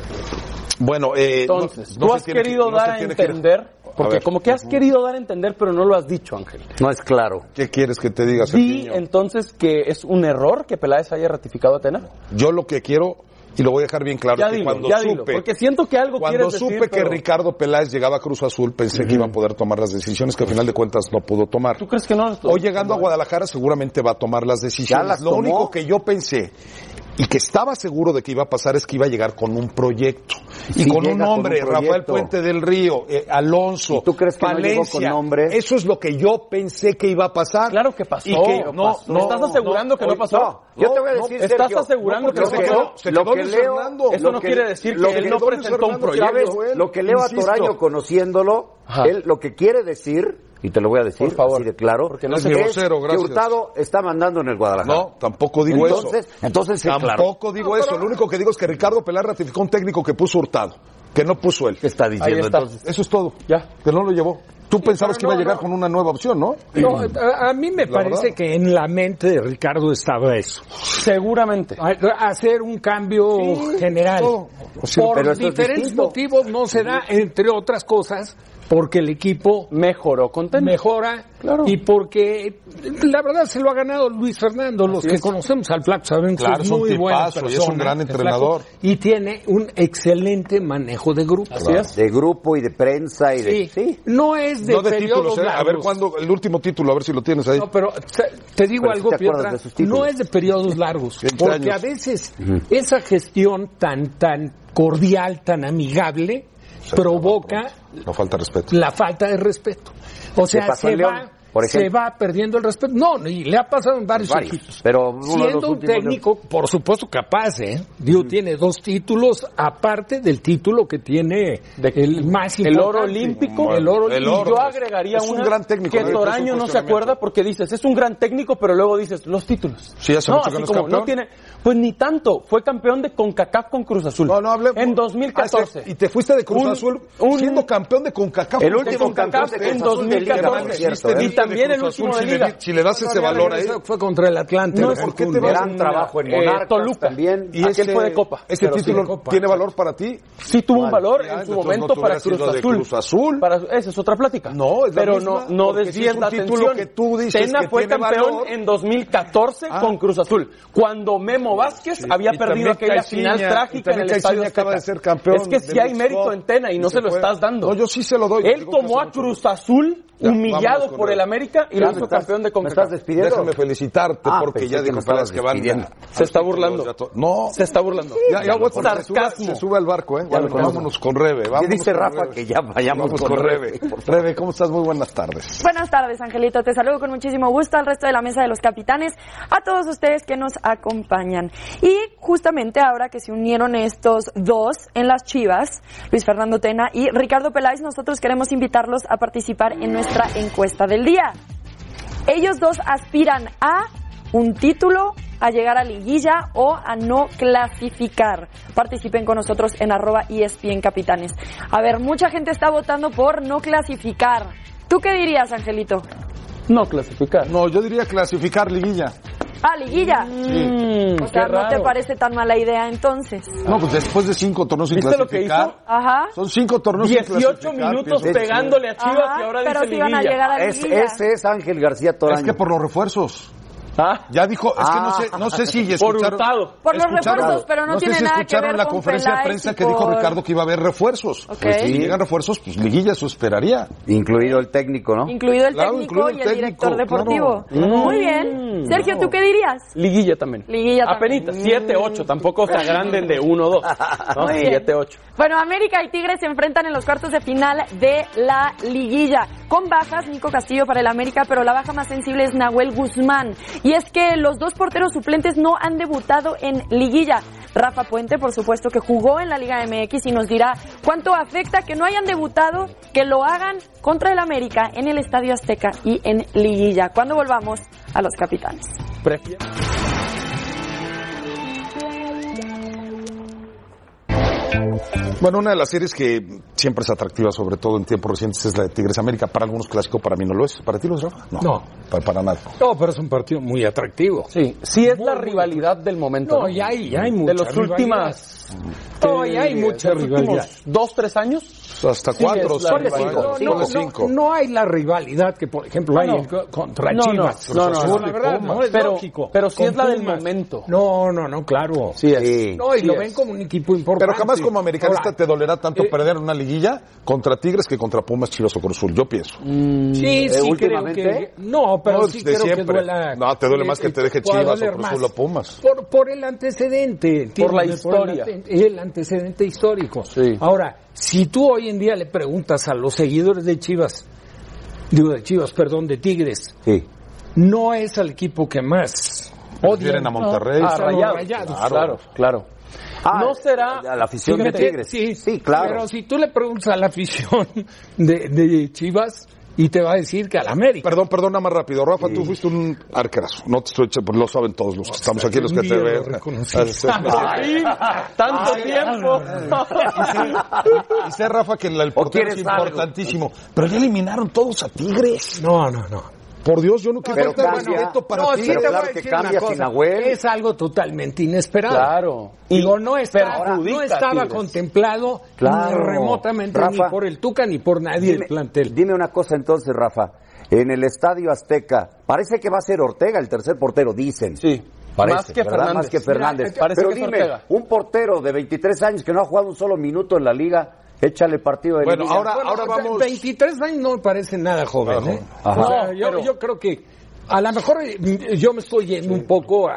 Speaker 8: Bueno, eh, no-
Speaker 9: Entonces,
Speaker 8: no
Speaker 9: tú
Speaker 8: se
Speaker 9: has
Speaker 8: tiene que-
Speaker 9: querido
Speaker 8: no se
Speaker 9: dar a
Speaker 8: tiene que ir.
Speaker 9: entender,
Speaker 8: A
Speaker 9: porque
Speaker 8: ver,
Speaker 9: como que has querido dar a entender, pero no lo has dicho, Ángel.
Speaker 11: No es claro.
Speaker 8: ¿Qué quieres que te diga,
Speaker 9: Di
Speaker 8: Sergiño?
Speaker 9: entonces que es un error que Peláez haya ratificado a Atena.
Speaker 8: Yo lo que quiero, y lo voy a dejar bien claro,
Speaker 9: Ya
Speaker 8: es que
Speaker 9: dilo,
Speaker 8: cuando
Speaker 9: ya
Speaker 8: supe...
Speaker 9: dilo, porque siento que algo
Speaker 8: Cuando
Speaker 9: quieres
Speaker 8: supe
Speaker 9: decir,
Speaker 8: que
Speaker 9: pero-
Speaker 8: Ricardo Peláez llegaba a Cruz Azul, pensé que iba a poder tomar las decisiones que al final de cuentas no pudo tomar.
Speaker 9: ¿Tú crees que no?
Speaker 8: Hoy llegando a Guadalajara seguramente va a tomar las decisiones.
Speaker 7: Ya las
Speaker 8: Lo
Speaker 7: tomó.
Speaker 8: único que yo pensé y que estaba seguro de que iba a pasar es que iba a llegar con un proyecto. Y
Speaker 7: Sí,
Speaker 8: con un
Speaker 7: llega con
Speaker 8: hombre,
Speaker 7: un
Speaker 8: Rafael
Speaker 7: proyecto.
Speaker 8: Puente del Río, eh, Alonso,
Speaker 7: ¿Y tú crees que no llegó
Speaker 8: Palencia.
Speaker 7: con nombres?
Speaker 8: Eso es lo que yo pensé que iba a pasar.
Speaker 9: Claro que pasó.
Speaker 8: Y que no,
Speaker 9: Pasó.
Speaker 8: no,
Speaker 9: ¿Estás asegurando que no
Speaker 8: hoy-
Speaker 9: pasó?
Speaker 7: Yo te voy a decir,
Speaker 9: ¿Estás
Speaker 7: Sergio,
Speaker 9: asegurando que
Speaker 8: porque
Speaker 9: no
Speaker 8: se
Speaker 9: pasó?
Speaker 8: quedó- se
Speaker 7: lo
Speaker 8: quedó
Speaker 7: que
Speaker 8: Luis
Speaker 7: leo-
Speaker 8: Fernando.
Speaker 9: Eso no quiere decir
Speaker 8: lo
Speaker 9: que él
Speaker 8: que
Speaker 9: no
Speaker 8: quedó Luis
Speaker 9: presentó un
Speaker 8: Fernando otra
Speaker 9: proyecto.
Speaker 8: vez.
Speaker 7: ¿Sabes? Lo que leo
Speaker 8: Insisto.
Speaker 7: a Toraño conociéndolo,
Speaker 9: Ajá.
Speaker 7: él lo que quiere decir, y te lo voy a decir,
Speaker 9: Por favor.
Speaker 7: así de claro,
Speaker 9: Porque no
Speaker 7: es
Speaker 8: sé- mi vocero,
Speaker 7: que
Speaker 8: gracias.
Speaker 7: Hurtado está mandando en el Guadalajara.
Speaker 8: No, tampoco digo
Speaker 7: entonces,
Speaker 8: eso.
Speaker 7: entonces sí, claro.
Speaker 8: Tampoco digo eso. Lo único que digo es que Ricardo Peláez ratificó un técnico que puso Hurtado. que no puso él. ¿Qué está
Speaker 2: diciendo, entonces?
Speaker 8: Eso es todo. Ya. Que no lo llevó. Tú pensabas que iba a llegar con una nueva opción, ¿no?
Speaker 2: No, a, a mí me
Speaker 8: La
Speaker 2: parece
Speaker 8: verdad.
Speaker 2: que en la mente de Ricardo estaba eso. Seguramente. hacer un cambio general.
Speaker 9: Sí,
Speaker 2: Por
Speaker 9: pero eso es
Speaker 2: diferentes
Speaker 9: distinto.
Speaker 2: motivos no se da, entre otras cosas, porque el equipo
Speaker 9: mejoró con Tena.
Speaker 2: mejora
Speaker 9: Claro.
Speaker 2: y porque la verdad se lo ha ganado Luis Fernando. Los que conocemos al Flaco saben que
Speaker 8: Claro,
Speaker 2: es
Speaker 8: es un
Speaker 2: muy buena
Speaker 8: tipazo y
Speaker 2: persona,
Speaker 8: es un gran
Speaker 2: este
Speaker 8: entrenador.
Speaker 2: Flaco, y tiene un excelente manejo de grupo.
Speaker 7: De grupo y de prensa y de...
Speaker 2: Sí. No es de,
Speaker 8: no de
Speaker 2: periodos
Speaker 8: títulos, ¿eh? A ver
Speaker 2: largos.
Speaker 8: cuándo, el último título, a ver si lo tienes ahí.
Speaker 2: No, pero te, te digo
Speaker 8: Pero sí
Speaker 2: algo,
Speaker 8: te acuerdas
Speaker 2: Pietra,
Speaker 8: de sus títulos.
Speaker 2: no es de periodos largos,
Speaker 8: 20
Speaker 2: porque
Speaker 8: años.
Speaker 2: a veces esa gestión tan tan cordial, tan amigable, provoca
Speaker 8: No falta respeto.
Speaker 2: la falta de respeto. O sea,
Speaker 7: pasó en
Speaker 2: se va,
Speaker 7: León, por
Speaker 2: se
Speaker 7: ejemplo?
Speaker 2: va perdiendo el respeto. No, y le ha pasado en varios,
Speaker 7: Varios,
Speaker 2: equipos.
Speaker 7: pero uno de los
Speaker 2: Siendo un
Speaker 7: últimos,
Speaker 2: técnico, por supuesto, capaz, ¿eh? Digo, tiene dos títulos, aparte del título que tiene el más
Speaker 9: el oro
Speaker 2: importante.
Speaker 9: olímpico,
Speaker 2: El oro
Speaker 9: y
Speaker 2: olímpico.
Speaker 9: yo agregaría
Speaker 8: Es un
Speaker 9: una
Speaker 8: gran técnico,
Speaker 9: que
Speaker 8: no hay
Speaker 9: Toraño no se
Speaker 8: cuestionamiento.
Speaker 9: acuerda porque dices, es un gran técnico, pero luego dices, los títulos.
Speaker 8: Sí, hace
Speaker 9: no,
Speaker 8: mucho que
Speaker 9: así
Speaker 8: no es
Speaker 9: como,
Speaker 8: campeón.
Speaker 9: no tiene, pues ni tanto, fue campeón de CONCACAF con Cruz Azul.
Speaker 8: No, no hablemos.
Speaker 9: En 2014.
Speaker 8: Ah, este, y te fuiste de Cruz
Speaker 9: Un-
Speaker 8: Azul
Speaker 9: un-
Speaker 8: siendo campeón de CONCACAF.
Speaker 7: El
Speaker 8: Con
Speaker 7: último
Speaker 8: Cruz Azul.
Speaker 7: campeón de
Speaker 9: en
Speaker 7: Cruz Azul de Liga,
Speaker 9: 2014.
Speaker 7: no es cierto, ¿eh?
Speaker 9: y también el último de
Speaker 8: si,
Speaker 9: Liga.
Speaker 8: Le, di- si le das ese valor a él.
Speaker 2: Eso fue contra el Atlante.
Speaker 9: No,
Speaker 2: en
Speaker 9: ¿por qué
Speaker 2: Cancún,
Speaker 9: te vas
Speaker 2: ¿no?
Speaker 7: Gran trabajo en
Speaker 9: Eh,
Speaker 7: Monarcas
Speaker 9: Toluca.
Speaker 7: también.
Speaker 9: Y aquel fue de Copa.
Speaker 8: ¿Ese
Speaker 9: Pero sí,
Speaker 8: título
Speaker 2: de Copa.
Speaker 8: tiene valor para ti?
Speaker 9: Sí tuvo un valor
Speaker 8: Ya,
Speaker 9: en su
Speaker 8: entonces
Speaker 9: momento
Speaker 8: no te
Speaker 9: para
Speaker 8: hubieras
Speaker 9: Cruz
Speaker 8: ido de
Speaker 9: Azul.
Speaker 8: Cruz Azul.
Speaker 9: Para, esa es otra plática.
Speaker 8: No, Oh, es la
Speaker 9: Pero
Speaker 8: misma,
Speaker 9: no, no
Speaker 8: porque
Speaker 9: desvíes
Speaker 8: si es
Speaker 9: la
Speaker 8: un título
Speaker 9: atención.
Speaker 8: que tú dices
Speaker 9: Tena
Speaker 8: que
Speaker 9: fue
Speaker 8: tiene
Speaker 9: campeón
Speaker 8: valor.
Speaker 9: en 2014
Speaker 8: Ah.
Speaker 9: con Cruz Azul, cuando Memo Vázquez había
Speaker 8: Y
Speaker 9: perdido
Speaker 8: también
Speaker 9: aquella
Speaker 8: Caixinha,
Speaker 9: final
Speaker 8: y
Speaker 9: trágica en
Speaker 8: también
Speaker 9: el Estadio
Speaker 8: Caixinha acaba
Speaker 9: Azteca.
Speaker 8: de ser campeón
Speaker 9: Es que
Speaker 8: de
Speaker 9: si hay
Speaker 8: Leagues
Speaker 9: mérito
Speaker 8: Cup
Speaker 9: en Tena y no
Speaker 8: y
Speaker 9: se,
Speaker 8: se
Speaker 9: lo
Speaker 8: fue.
Speaker 9: estás dando.
Speaker 8: No, yo sí se lo doy.
Speaker 9: Él
Speaker 8: Digo que
Speaker 9: tomó
Speaker 8: hace
Speaker 9: a
Speaker 8: mucho.
Speaker 9: Cruz Azul
Speaker 8: Ya,
Speaker 9: humillado
Speaker 8: vámonos con
Speaker 9: por
Speaker 8: él.
Speaker 9: el América y lo
Speaker 7: Ya, me
Speaker 9: hizo
Speaker 7: estás-
Speaker 9: campeón de
Speaker 7: me estás
Speaker 9: CONCACAF.
Speaker 7: despidiendo.
Speaker 8: Déjame felicitarte
Speaker 7: Ah,
Speaker 8: porque
Speaker 7: pensé
Speaker 8: ya
Speaker 7: que
Speaker 8: dijo
Speaker 7: me
Speaker 8: Pelas
Speaker 7: estabas
Speaker 8: que van.
Speaker 7: despidiendo.
Speaker 9: Se está burlando.
Speaker 8: No.
Speaker 9: Se está burlando.
Speaker 8: Ya, ya,
Speaker 9: Por
Speaker 8: Watson se sube-
Speaker 9: sarcasmo.
Speaker 8: Se sube al barco, ¿eh? Bueno,
Speaker 9: me
Speaker 8: vámonos con Rebe. vámonos
Speaker 7: dice
Speaker 8: con
Speaker 7: Rafa
Speaker 8: Rebe.
Speaker 7: que ya vayamos
Speaker 8: Vamos
Speaker 7: con
Speaker 8: con Rebe.
Speaker 7: Rebe.
Speaker 8: Rebe, ¿cómo estás? Muy buenas tardes.
Speaker 11: Buenas tardes, Angelito. Te saludo con muchísimo gusto al resto de la mesa de los capitanes, a todos ustedes que nos acompañan. Y justamente ahora que se unieron estos dos en las Chivas, Luis Fernando Tena y Ricardo Peláez, nosotros queremos invitarlos a participar en nuestra encuesta del día. Ellos dos aspiran a un título, a llegar a liguilla o a no clasificar. Participen con nosotros en arroba E ESPN Capitanes. A ver, mucha gente está votando por no clasificar. ¿Tú qué dirías, Angelito?
Speaker 9: No clasificar.
Speaker 8: No, yo diría clasificar liguilla.
Speaker 11: Ah, liguilla.
Speaker 9: Mm,
Speaker 11: o sea,
Speaker 9: qué
Speaker 11: no te
Speaker 9: raro.
Speaker 11: parece tan mala idea entonces.
Speaker 8: No, pues después de cinco torneos sin
Speaker 9: ¿Viste lo que
Speaker 8: clasificar.
Speaker 9: hizo?
Speaker 11: Ajá.
Speaker 8: Son cinco torneos sin
Speaker 9: 18
Speaker 8: clasificar,
Speaker 9: minutos
Speaker 8: pienso.
Speaker 9: pegándole a Chivas
Speaker 11: Ajá,
Speaker 9: y ahora
Speaker 11: pero
Speaker 9: dice
Speaker 11: sí van a
Speaker 9: liguilla.
Speaker 11: llegar a
Speaker 7: Es-
Speaker 11: liguilla.
Speaker 7: ese es Ángel García Toraño.
Speaker 8: Es que por los refuerzos.
Speaker 9: Ah,
Speaker 8: Ya dijo, es que no sé, no sé si escucharon.
Speaker 9: Hurtado.
Speaker 11: Por los
Speaker 8: escucharon-
Speaker 11: refuerzos, pero no
Speaker 8: sé
Speaker 11: tiene
Speaker 8: si
Speaker 11: nada que
Speaker 8: escucharon
Speaker 11: ver
Speaker 8: la
Speaker 11: con
Speaker 8: conferencia de
Speaker 11: Peláez
Speaker 8: prensa
Speaker 11: y
Speaker 8: que dijo
Speaker 11: por-
Speaker 8: Ricardo que iba a haber refuerzos.
Speaker 11: Ok.
Speaker 8: Pues, si llegan refuerzos, pues liguilla, eso esperaría.
Speaker 7: Incluido el técnico, ¿no?
Speaker 11: Incluido el
Speaker 8: Claro,
Speaker 11: técnico
Speaker 8: incluido el
Speaker 11: y el director
Speaker 8: técnico,
Speaker 11: deportivo.
Speaker 9: claro.
Speaker 11: Muy
Speaker 9: Mm,
Speaker 11: bien. Sergio,
Speaker 9: claro.
Speaker 11: ¿tú qué dirías?
Speaker 9: Liguilla también.
Speaker 11: Liguilla también.
Speaker 9: Apenitas, 7, 8. Tampoco se agranden de 1 o 2.
Speaker 11: Muy bien.
Speaker 9: 7, 8.
Speaker 11: Bueno, América y Tigres se enfrentan en los cuartos de final de la liguilla. Con bajas, Nico Castillo para el América, pero la baja más sensible es Nahuel Guzmán. Y es que los dos porteros suplentes no han debutado en liguilla. Rafa Puente, por supuesto, que jugó en la Liga MX y nos dirá cuánto afecta que no hayan debutado, que lo hagan contra el América en el Estadio Azteca y en liguilla. Cuando volvamos a los capitanes.
Speaker 9: Prefiero.
Speaker 8: Bueno, una de las series que siempre es atractiva, sobre todo en tiempos recientes, es la de Tigres América. Para algunos clásico, para mí no lo es. ¿Para ti lo es, Rafa?
Speaker 2: No.
Speaker 8: Para, para nada.
Speaker 2: No, pero es un partido muy atractivo.
Speaker 9: Sí, sí es
Speaker 2: Muy,
Speaker 9: la
Speaker 2: muy
Speaker 9: rivalidad del momento.
Speaker 2: No, ya hay, ya hay
Speaker 9: De
Speaker 2: mucha
Speaker 9: los
Speaker 2: rivalidad.
Speaker 9: últimas.
Speaker 2: No, ya hay
Speaker 9: eh,
Speaker 2: mucha
Speaker 9: de los últimos
Speaker 2: rivalidad.
Speaker 9: Dos, tres años.
Speaker 8: Pues hasta
Speaker 9: Sí,
Speaker 8: cuatro,
Speaker 9: es la
Speaker 8: ponle
Speaker 9: rivalidad.
Speaker 8: cinco.
Speaker 2: No, no,
Speaker 8: ponle
Speaker 2: no,
Speaker 8: cinco.
Speaker 2: no hay la rivalidad que, por ejemplo, hay
Speaker 9: No, no.
Speaker 2: en co- contra
Speaker 9: No, no,
Speaker 2: Chivas.
Speaker 9: no, no, no.
Speaker 2: la verdad, no es
Speaker 9: Pero-
Speaker 2: lógico.
Speaker 9: pero sí
Speaker 2: Con
Speaker 9: es la del
Speaker 2: Pumas.
Speaker 9: momento.
Speaker 2: No, no, no, claro.
Speaker 9: Sí, es.
Speaker 2: No, y
Speaker 9: sí
Speaker 2: lo
Speaker 9: es.
Speaker 2: ven como un equipo importante.
Speaker 8: Pero jamás como americanista
Speaker 2: Ahora,
Speaker 8: te dolerá tanto
Speaker 2: eh,
Speaker 8: perder una liguilla contra Tigres que contra Pumas, Chivas o Cruz Azul, yo pienso.
Speaker 9: Mm.
Speaker 2: Sí, sí, creo que.
Speaker 7: últimamente.
Speaker 2: No, pero
Speaker 8: Eh, No,
Speaker 2: sí
Speaker 8: de
Speaker 2: creo que
Speaker 8: siempre.
Speaker 2: duela.
Speaker 8: No, te duele
Speaker 2: eh,
Speaker 8: más que
Speaker 2: eh,
Speaker 8: te deje
Speaker 2: pueda
Speaker 8: Chivas o
Speaker 2: doler
Speaker 8: Cruz
Speaker 2: más.
Speaker 8: Azul o Pumas.
Speaker 2: Por, por el antecedente.
Speaker 9: Por la
Speaker 2: ¿entiendes?
Speaker 9: historia.
Speaker 2: el, ante- el antecedente histórico.
Speaker 9: Sí.
Speaker 2: Ahora, si tú hoy en día le preguntas a los seguidores de Chivas, digo de Chivas, perdón, de Tigres,
Speaker 7: Sí.
Speaker 2: no es el equipo que más odian.
Speaker 8: Prefieren a Monterrey.
Speaker 9: Ah,
Speaker 2: a
Speaker 9: rayados.
Speaker 2: Rayados.
Speaker 9: Claro, claro.
Speaker 7: Ah,
Speaker 9: no será.
Speaker 7: la- la afición de
Speaker 2: Fíjate,
Speaker 7: Tigres.
Speaker 2: Sí,
Speaker 7: Sí, claro.
Speaker 2: Pero si tú le preguntas a la afición de, de Chivas, y te va a decir que al América.
Speaker 8: Perdón, perdón, nada más rápido. Rafa, tú fuiste un arquerazo. No te estoy eche- lo saben todos los que estamos aquí, los que
Speaker 2: Un día
Speaker 8: te
Speaker 2: lo
Speaker 8: ven. Este,
Speaker 2: reconocí.
Speaker 9: Ay, tanto tiempo.
Speaker 8: Y sé, Rafa, que el portero es
Speaker 9: quieres algo.
Speaker 8: importantísimo. Pero ya eliminaron todos a Tigres.
Speaker 2: No, no, no.
Speaker 8: Por Dios, yo no quiero
Speaker 2: Pero
Speaker 8: falta de
Speaker 2: cambia.
Speaker 8: respeto para
Speaker 2: No,
Speaker 8: ti.
Speaker 2: sí te voy a decir una cosa. Es algo totalmente inesperado.
Speaker 9: Claro.
Speaker 2: Digo, no, está-
Speaker 9: perjudica
Speaker 2: no
Speaker 9: a
Speaker 2: estaba
Speaker 9: Tigres.
Speaker 2: contemplado
Speaker 7: Claro.
Speaker 2: ni remotamente
Speaker 7: Rafa,
Speaker 2: ni por el Tuca ni por nadie el plantel.
Speaker 7: Dime una cosa entonces, Rafa. En el Estadio Azteca, parece que va a ser Ortega el tercer portero, dicen.
Speaker 9: Sí.
Speaker 7: Parece,
Speaker 9: Más que
Speaker 7: ¿verdad?
Speaker 9: Fernández.
Speaker 7: Más que Fernández.
Speaker 9: Mira, parece
Speaker 7: Pero
Speaker 9: que es
Speaker 7: dime,
Speaker 9: Ortega.
Speaker 7: un portero de 23 años que no ha jugado un solo minuto en la liga, échale partido de liga.
Speaker 2: Bueno, o sea, 23 años no me parece nada joven, ¿eh?
Speaker 7: Ajá.
Speaker 2: O sea, yo, yo creo que a lo mejor eh, m- yo me estoy yendo un poco a,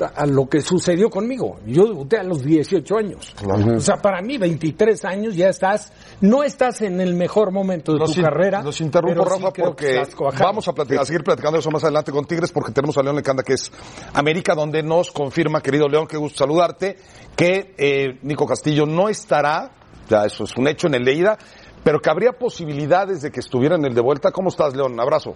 Speaker 2: a- a lo que sucedió conmigo. Yo debuté a los 18 años. O sea, para mí 23 años ya estás, no estás en el mejor momento de
Speaker 8: Los
Speaker 2: tu
Speaker 8: in-
Speaker 2: carrera.
Speaker 8: Los interrumpo,
Speaker 2: pero sí
Speaker 8: Rafa,
Speaker 2: creo que
Speaker 8: porque
Speaker 2: estás cuajado.
Speaker 8: vamos a, platicar- a seguir platicando de eso más adelante con Tigres, porque tenemos a León Lecanda, que es América, donde nos confirma, querido León, qué gusto saludarte, que eh, Nico Castillo no estará, ya eso es un hecho en el Leida, pero que habría posibilidades de que estuviera en el de vuelta. ¿Cómo estás, León? Abrazo.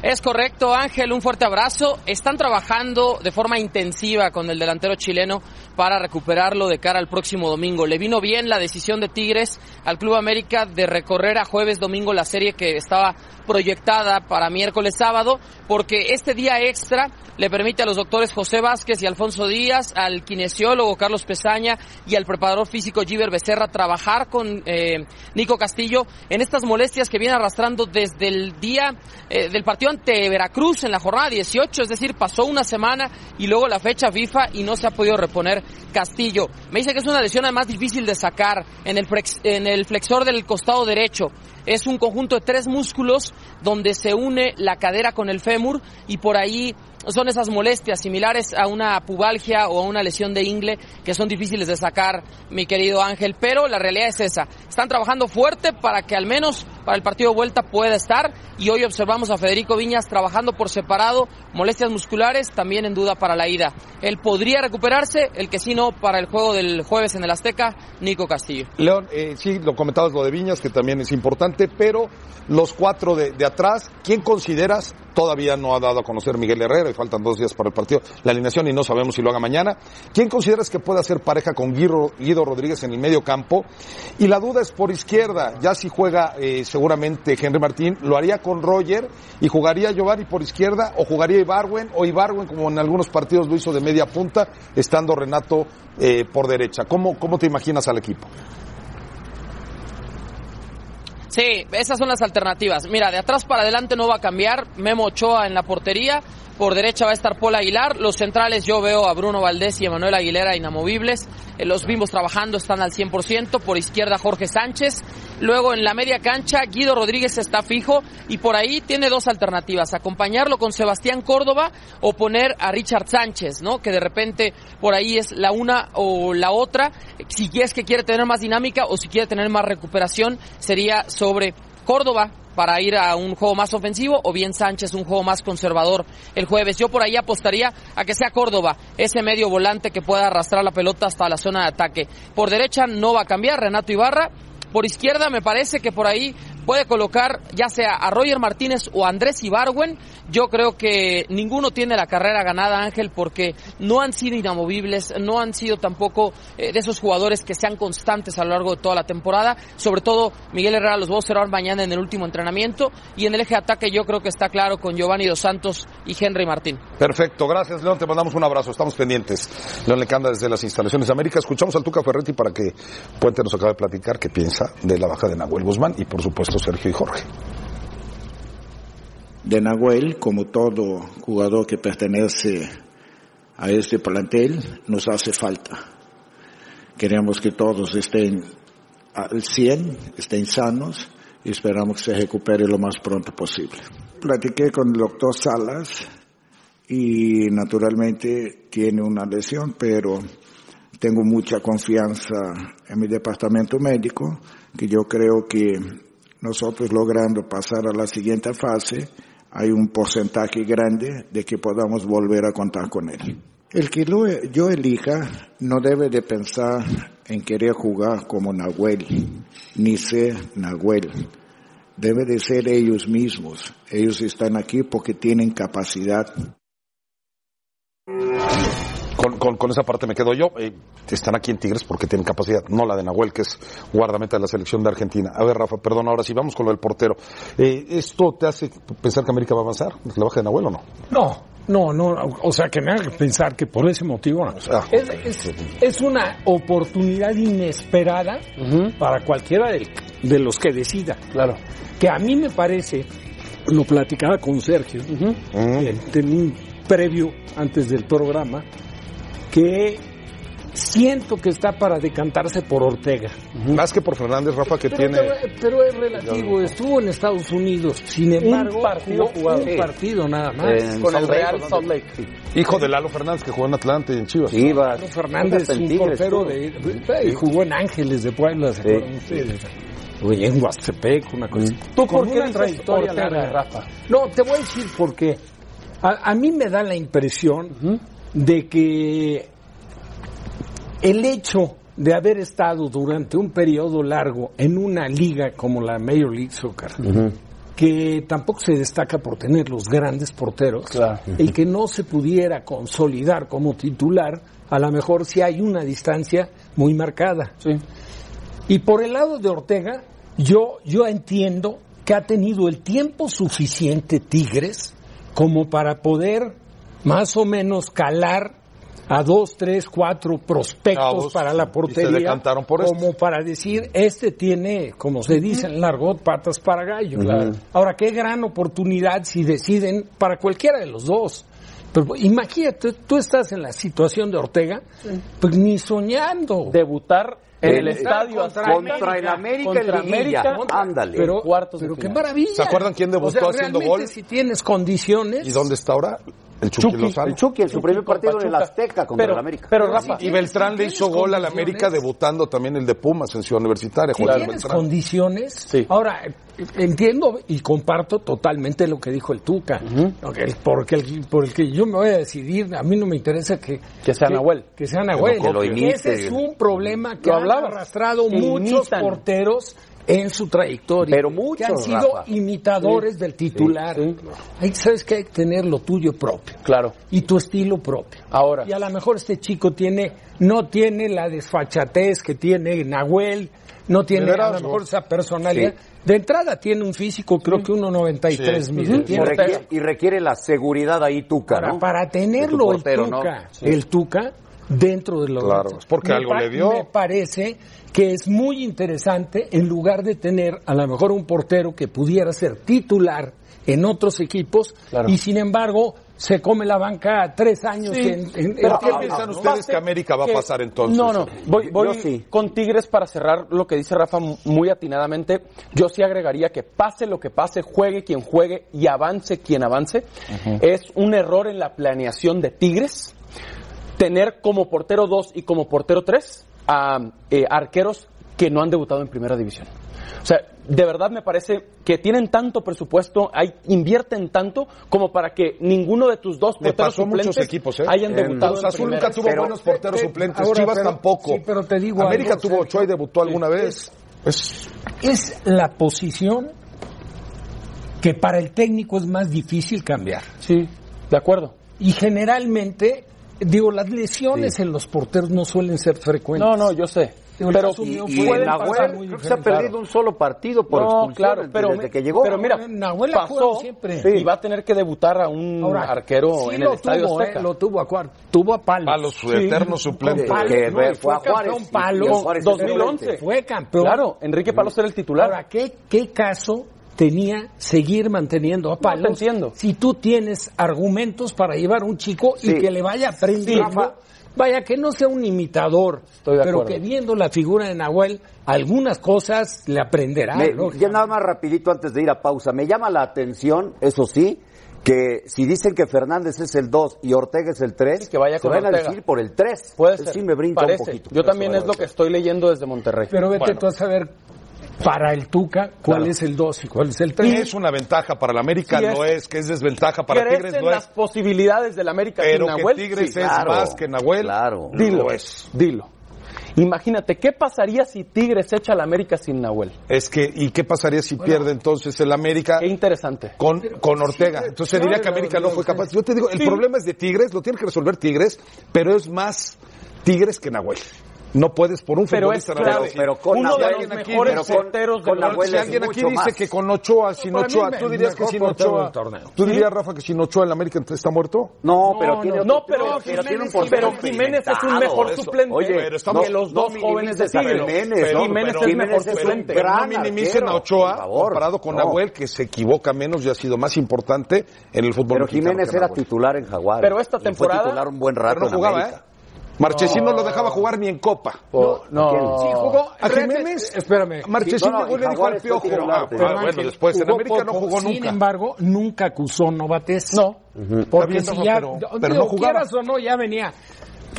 Speaker 13: Es correcto, Ángel, un fuerte abrazo. Están trabajando de forma intensiva con el delantero chileno para recuperarlo de cara al próximo domingo. Le vino bien la decisión de Tigres al Club América de recorrer a jueves domingo la serie que estaba proyectada para miércoles sábado, porque este día extra le permite a los doctores José Vázquez y Alfonso Díaz, al kinesiólogo Carlos Pesaña y al preparador físico Giver Becerra trabajar con eh, Nico Castillo en estas molestias que viene arrastrando desde el día eh, del partido ante Veracruz en la jornada 18, es decir, pasó una semana y luego la fecha FIFA y no se ha podido reponer Castillo. Me dice que es una lesión además difícil de sacar en el, flex- en el flexor del costado derecho. Es un conjunto de tres músculos donde se une la cadera con el fémur y por ahí son esas molestias similares a una pubalgia o a una lesión de ingle que son difíciles de sacar, mi querido Ángel, pero la realidad es esa. Están trabajando fuerte para que al menos para el partido de vuelta pueda estar y hoy observamos a Federico Viñas trabajando por separado, molestias musculares también en duda para la ida. Él podría recuperarse, el que sí no para el juego del jueves en el Azteca, Nico Castillo.
Speaker 8: León, eh, sí, lo comentabas lo de Viñas, que también es importante, pero los cuatro de, de atrás, ¿quién consideras? Todavía no ha dado a conocer Miguel Herrera y faltan dos días para el partido, la alineación y no sabemos si lo haga mañana. ¿Quién consideras que puede hacer pareja con Guiro- Guido, Rodríguez en el medio campo? Y la duda es por izquierda, ya si juega eh, seguramente Henry Martín, ¿lo haría con Roger y jugaría Giovanni por izquierda o jugaría Ibarwen o Ibarwen como en algunos partidos lo hizo de media punta, estando Renato eh, por derecha? ¿Cómo, ¿Cómo te imaginas al equipo?
Speaker 13: Sí, esas son las alternativas. Mira, de atrás para adelante no va a cambiar. Memo Ochoa en la portería. Por derecha va a estar Paul Aguilar. Los centrales yo veo a Bruno Valdés y Emanuel Aguilera inamovibles. Eh, Los bimbos trabajando están al 100%. Por izquierda Jorge Sánchez. Luego en la media cancha Guido Rodríguez está fijo y por ahí tiene dos alternativas. Acompañarlo con Sebastián Córdoba o poner a Richard Sánchez, ¿no? Que de repente por ahí es la una o la otra. Si es que quiere tener más dinámica o si quiere tener más recuperación sería sobre Córdoba para ir a un juego más ofensivo o bien Sánchez un juego más conservador el jueves. Yo por ahí apostaría a que sea Córdoba, ese medio volante que pueda arrastrar la pelota hasta la zona de ataque. Por derecha no va a cambiar Renato Ibarra, por izquierda me parece que por ahí puede colocar ya sea a Roger Martínez o a Andrés Ibarwen. Yo creo que ninguno tiene la carrera ganada, Ángel, porque no han sido inamovibles, no han sido tampoco eh, de esos jugadores que sean constantes a lo largo de toda la temporada. Sobre todo Miguel Herrera los va a observar mañana en el último entrenamiento. Y en el eje de ataque yo creo que está claro con Giovanni Dos Santos y Henry Martín.
Speaker 8: Perfecto, gracias León, te mandamos un abrazo, estamos pendientes. León Lecanda desde las instalaciones de América. Escuchamos al Tuca Ferretti para que Puente nos acabe de platicar qué piensa de la baja de Nahuel Guzmán y por supuesto Sergio y Jorge.
Speaker 14: de Nahuel, como todo jugador que pertenece a este plantel, nos hace falta. Queremos que todos estén al 100, estén sanos y esperamos que se recupere lo más pronto posible. Platiqué con el doctor Salas y naturalmente tiene una lesión, pero tengo mucha confianza en mi departamento médico, que yo creo que nosotros logrando pasar a la siguiente fase, hay un porcentaje grande de que podamos e-, volver a contar con él. El que lo- yo elija no debe de pensar en querer jugar como Nahuel, ni ser Nahuel. Debe de ser ellos mismos. Ellos están aquí porque tienen capacidad.
Speaker 8: Con, con- con esa parte me quedo yo. Eh, están aquí en Tigres porque tienen capacidad, no la de Nahuel, que es guardameta de la selección de Argentina. A ver, Rafa, perdón, ahora sí, vamos con lo del portero. Eh, ¿Esto te hace pensar que América va a avanzar? ¿La baja de Nahuel o no?
Speaker 2: No, no, no. O sea, que me haga pensar que por ese motivo no. es, es- es una oportunidad inesperada para cualquiera del- de, los que decida. Claro. Que a mí me parece, lo platicaba con Sergio, en- en un previo antes del programa, que siento que está para decantarse por Ortega.
Speaker 8: Más que por Fernández, Rafa, que
Speaker 2: Pero
Speaker 8: tiene...
Speaker 2: te- Pero es relativo, estuvo en Estados Unidos, sin embargo,
Speaker 9: partido
Speaker 2: jugó
Speaker 9: jugado.
Speaker 2: un partido nada más.
Speaker 8: En
Speaker 9: Con el
Speaker 8: Salt Lake,
Speaker 9: Real
Speaker 8: Fernández.
Speaker 9: Salt Lake.
Speaker 8: Hijo de Lalo Fernández, que jugó en Atlante y en Chivas.
Speaker 2: Lalo Fernández, un portero de, y jugó en Ángeles de Puebla, ¿se acuerdan ustedes? Oye, en Huastepec, una cosa.
Speaker 9: ¿Tú por
Speaker 2: Con
Speaker 9: qué
Speaker 2: una
Speaker 9: dices
Speaker 2: trayectoria
Speaker 9: Ortega,
Speaker 2: larga.
Speaker 9: Rafa?
Speaker 2: No, te voy a decir por qué. A, a mí me da la impresión de que el hecho de haber estado durante un periodo largo en una liga como la Major League Soccer, que tampoco se destaca por tener los grandes porteros, el que no se pudiera consolidar como titular, a lo mejor sí hay una distancia muy marcada. Y por el lado de Ortega, yo, yo entiendo que ha tenido el tiempo suficiente Tigres como para poder más o menos calar a dos, tres, cuatro prospectos
Speaker 8: Chavos,
Speaker 2: para la portería.
Speaker 8: y se decantaron por esto.
Speaker 2: Como para decir, este tiene, como se dice en Largot, patas para gallo.
Speaker 8: Claro.
Speaker 2: Ahora, qué gran oportunidad si deciden para cualquiera de los dos. Pero imagínate, tú estás en la situación de Ortega, pues ni soñando. Debutar
Speaker 9: en el estadio
Speaker 7: contra el América en
Speaker 2: contra
Speaker 7: liguilla.
Speaker 2: América.
Speaker 7: Ándale.
Speaker 2: Pero,
Speaker 9: Cuartos de
Speaker 2: pero qué
Speaker 9: final.
Speaker 2: maravilla.
Speaker 8: ¿Se acuerdan quién debutó
Speaker 2: O sea,
Speaker 8: haciendo
Speaker 2: realmente,
Speaker 8: gol?
Speaker 2: si tienes condiciones.
Speaker 8: ¿Y dónde está ahora? El Chucky, Lozano.
Speaker 7: el Chucky en su primer
Speaker 2: con
Speaker 7: partido en el
Speaker 2: Pachuca.
Speaker 7: Azteca contra
Speaker 2: Pero-
Speaker 7: el América.
Speaker 2: pero, Rafa,
Speaker 8: Y Beltrán le hizo gol al
Speaker 2: condiciones.
Speaker 8: América debutando también el de Pumas en Ciudad Universitaria.
Speaker 2: Si
Speaker 8: Juan
Speaker 2: tienes
Speaker 8: Beltrán.
Speaker 2: condiciones. Ahora, eh, entiendo y comparto totalmente lo que dijo el Tuca. Porque el- Porque el, porque yo me voy a decidir, a mí no me interesa que.
Speaker 9: Que sea Nahuel.
Speaker 2: Que sea Nahuel.
Speaker 9: Que lo imite.
Speaker 2: Ese es un problema que
Speaker 9: Lo
Speaker 2: han
Speaker 9: hablabas.
Speaker 2: arrastrado
Speaker 9: Que
Speaker 2: muchos
Speaker 9: imitan.
Speaker 2: porteros en su trayectoria.
Speaker 9: Pero
Speaker 2: Que
Speaker 9: muchos,
Speaker 2: han sido
Speaker 9: Rafa.
Speaker 2: imitadores
Speaker 9: Sí.
Speaker 2: del titular. Hay, sabes que hay que tener lo tuyo propio.
Speaker 9: Claro.
Speaker 2: Y tu estilo propio. Ahora. Y a lo mejor este chico tiene, no tiene la desfachatez que tiene Nahuel, no tiene
Speaker 9: veras,
Speaker 2: a lo
Speaker 9: ¿no?
Speaker 2: mejor esa personalidad.
Speaker 7: Sí.
Speaker 2: De entrada tiene un físico, creo que 1.93
Speaker 7: Sí.
Speaker 2: mide.
Speaker 7: y, requiere, y requiere la seguridad ahí, Tuca,
Speaker 2: Para,
Speaker 7: ¿no?
Speaker 2: para
Speaker 7: De tu
Speaker 2: tenerlo
Speaker 7: portero,
Speaker 2: el
Speaker 7: ¿no?
Speaker 2: Tuca,
Speaker 7: Sí.
Speaker 2: el Tuca dentro de los
Speaker 8: Claro, es porque algo le dio.
Speaker 2: Me parece que es muy interesante en lugar de tener a lo mejor un portero que pudiera ser titular en otros equipos y sin embargo se come la banca tres años
Speaker 9: Sí.
Speaker 2: en, en-
Speaker 9: Pero
Speaker 2: en-
Speaker 9: ¿qué
Speaker 2: en-
Speaker 9: piensan
Speaker 2: ¿no?
Speaker 8: ah, ¿Ustedes que América va a
Speaker 9: que-
Speaker 8: pasar entonces?
Speaker 9: ah, No, no, voy, voy
Speaker 8: Yo
Speaker 9: con Tigres para cerrar lo que dice Rafa muy atinadamente. Yo sí agregaría que pase lo que pase, juegue quien juegue y avance quien avance. Es un error en la planeación de Tigres tener como portero 2 y como portero 3 a eh, arqueros que no han debutado en primera división. O sea, de verdad me parece que tienen tanto presupuesto, hay, invierten tanto como para que ninguno de tus dos
Speaker 8: Le
Speaker 9: porteros
Speaker 8: pasó a muchos
Speaker 9: suplentes
Speaker 8: equipos, ¿eh?
Speaker 9: hayan
Speaker 8: En
Speaker 9: debutado.
Speaker 8: Cruz
Speaker 9: en
Speaker 8: Azul
Speaker 9: primera.
Speaker 8: nunca tuvo buenos porteros suplentes.
Speaker 2: eh, ahora,
Speaker 8: Chivas
Speaker 2: pero-
Speaker 8: tampoco.
Speaker 2: sí, pero te digo
Speaker 8: América
Speaker 2: algo,
Speaker 8: tuvo ocho y debutó alguna vez.
Speaker 2: pues, es la posición que para el técnico es más difícil cambiar.
Speaker 9: Sí, de acuerdo.
Speaker 2: Y generalmente, digo, las lesiones en los porteros no suelen ser frecuentes.
Speaker 9: No, no, yo sé.
Speaker 2: Digo,
Speaker 9: Pero-
Speaker 2: Jesús Unión
Speaker 9: y- y
Speaker 2: puede
Speaker 9: en
Speaker 2: pasar
Speaker 9: Nahuel,
Speaker 2: muy
Speaker 9: creo que
Speaker 2: diferente.
Speaker 9: se ha perdido
Speaker 2: Claro.
Speaker 7: un solo partido por expulsión desde- desde que llegó.
Speaker 9: Pero mira,
Speaker 2: Nahuel ha jugado
Speaker 9: pasó
Speaker 2: siempre.
Speaker 9: y va a tener que debutar a un
Speaker 2: Ahora,
Speaker 9: arquero
Speaker 2: sí
Speaker 9: en
Speaker 2: lo
Speaker 9: el estadio
Speaker 2: tuvo,
Speaker 9: Azteca.
Speaker 2: eh, lo tuvo a Cuar- tuvo a Palos.
Speaker 9: Palos, su eterno suplente.
Speaker 2: Con Palos,
Speaker 9: Que
Speaker 2: no, y
Speaker 9: fue
Speaker 2: fue
Speaker 9: a Juárez,
Speaker 2: campeón
Speaker 9: y- y a
Speaker 2: Palos.
Speaker 9: Juárez 2011.
Speaker 2: Fue campeón.
Speaker 9: Claro, Enrique Palos era el titular.
Speaker 2: Ahora, ¿qué, qué caso tenía seguir manteniendo a Palos si tú tienes argumentos para llevar a un chico
Speaker 7: Sí.
Speaker 2: y que le vaya aprendiendo?
Speaker 7: Rafa.
Speaker 2: Vaya, que no sea un imitador,
Speaker 7: de
Speaker 2: pero
Speaker 7: acuerdo.
Speaker 2: que viendo la figura de Nahuel, algunas cosas le aprenderá.
Speaker 7: Me-
Speaker 2: ¿no?
Speaker 7: ya nada más rapidito antes de ir a pausa. Me llama la atención, eso sí, que si dicen que Fernández es el 2 y Ortega es el 3,
Speaker 9: que vaya
Speaker 7: se
Speaker 9: con
Speaker 7: van a
Speaker 9: Ortega.
Speaker 7: decir por el 3.
Speaker 9: Puede ser.
Speaker 7: Sí me brinca
Speaker 9: Parece.
Speaker 7: un poquito.
Speaker 9: Yo también es lo que estoy leyendo desde Monterrey.
Speaker 2: Pero vete
Speaker 9: Bueno.
Speaker 2: tú a saber para el Tuca cuál es el 2 y cuál es el 3.
Speaker 8: Es una ventaja para la América,
Speaker 9: Sí, es.
Speaker 8: no es que es desventaja para
Speaker 9: Crecen
Speaker 8: Tigres, no
Speaker 9: las
Speaker 8: es.
Speaker 9: posibilidades del América
Speaker 8: Pero
Speaker 9: sin
Speaker 8: que
Speaker 9: Nahuel.
Speaker 8: Tigres
Speaker 9: sí.
Speaker 8: es más que Nahuel.
Speaker 9: Dilo,
Speaker 8: lo
Speaker 9: dilo. Imagínate, ¿qué pasaría si Tigres echa al América sin Nahuel?
Speaker 8: Es que, ¿y qué pasaría si pierde entonces el América? Qué
Speaker 9: interesante.
Speaker 8: Con, con Ortega. Entonces se diría que América no fue capaz. Yo te digo, el problema es de Tigres, lo tiene que resolver Tigres, pero es más Tigres que Nahuel. No puedes por un
Speaker 9: Pero es
Speaker 8: futbolista
Speaker 9: clave.
Speaker 8: Pero
Speaker 9: Uno de los mejores porteros del
Speaker 8: con,
Speaker 9: Nahuel
Speaker 8: Si
Speaker 9: es
Speaker 8: alguien aquí
Speaker 9: mucho
Speaker 8: dice
Speaker 9: más.
Speaker 8: que con Ochoa, sin
Speaker 7: Pues
Speaker 9: Para mí
Speaker 8: Ochoa,
Speaker 9: me-
Speaker 8: tú dirías que
Speaker 9: mejor
Speaker 8: sin
Speaker 9: portero
Speaker 8: Ochoa.
Speaker 9: del torneo.
Speaker 8: ¿Tú
Speaker 9: ¿Sí?
Speaker 8: dirías, Rafa, que sin Ochoa el América está muerto?
Speaker 7: No,
Speaker 9: pero tiene otro-
Speaker 7: no, pero-
Speaker 9: pero
Speaker 7: pero tiene un
Speaker 9: Jiménez-
Speaker 7: portero
Speaker 9: pero Jiménez es un mejor
Speaker 7: experimentado, eso.
Speaker 9: suplente
Speaker 7: Oye,
Speaker 9: que
Speaker 7: pero estamos-
Speaker 9: los dos
Speaker 7: no
Speaker 9: jóvenes de
Speaker 7: minimices a
Speaker 9: Tigres.
Speaker 7: Jiménez, ¿no?
Speaker 9: Jiménez
Speaker 7: Pero
Speaker 9: es
Speaker 7: Jiménez
Speaker 9: mejor
Speaker 7: es un
Speaker 9: suplente.
Speaker 8: Pero no
Speaker 7: gran
Speaker 8: minimicen a
Speaker 7: arquero,
Speaker 8: Ochoa
Speaker 7: por favor.
Speaker 8: comparado con
Speaker 7: No.
Speaker 8: Nahuel, que se equivoca menos y ha sido más importante en el fútbol
Speaker 7: Pero
Speaker 8: mexicano
Speaker 7: Jiménez
Speaker 8: que
Speaker 7: era
Speaker 8: Nahuel.
Speaker 7: titular en Jaguar.
Speaker 8: Pero esta temporada-
Speaker 7: Fue titular un buen rato
Speaker 8: Pero no
Speaker 7: en
Speaker 8: jugaba, ¿eh?
Speaker 7: América. Oh,
Speaker 8: Marchesín no lo dejaba jugar ni en Copa.
Speaker 9: no.
Speaker 8: ¿Quién?
Speaker 2: Sí, jugó.
Speaker 8: ¿A Jiménez?
Speaker 2: Ah, Espérame.
Speaker 8: Marchesín llegó y le dijo al Piojo. Ah, ah, bueno, después en
Speaker 2: Jugó
Speaker 8: América no
Speaker 2: poco,
Speaker 8: jugó
Speaker 2: Sin
Speaker 8: nunca.
Speaker 2: embargo, nunca acusó Novates. No. Porque
Speaker 8: Está bien,
Speaker 2: si ya,
Speaker 8: Rafa, pero-
Speaker 2: digo,
Speaker 8: pero no jugaba.
Speaker 2: quieras o no, ya venía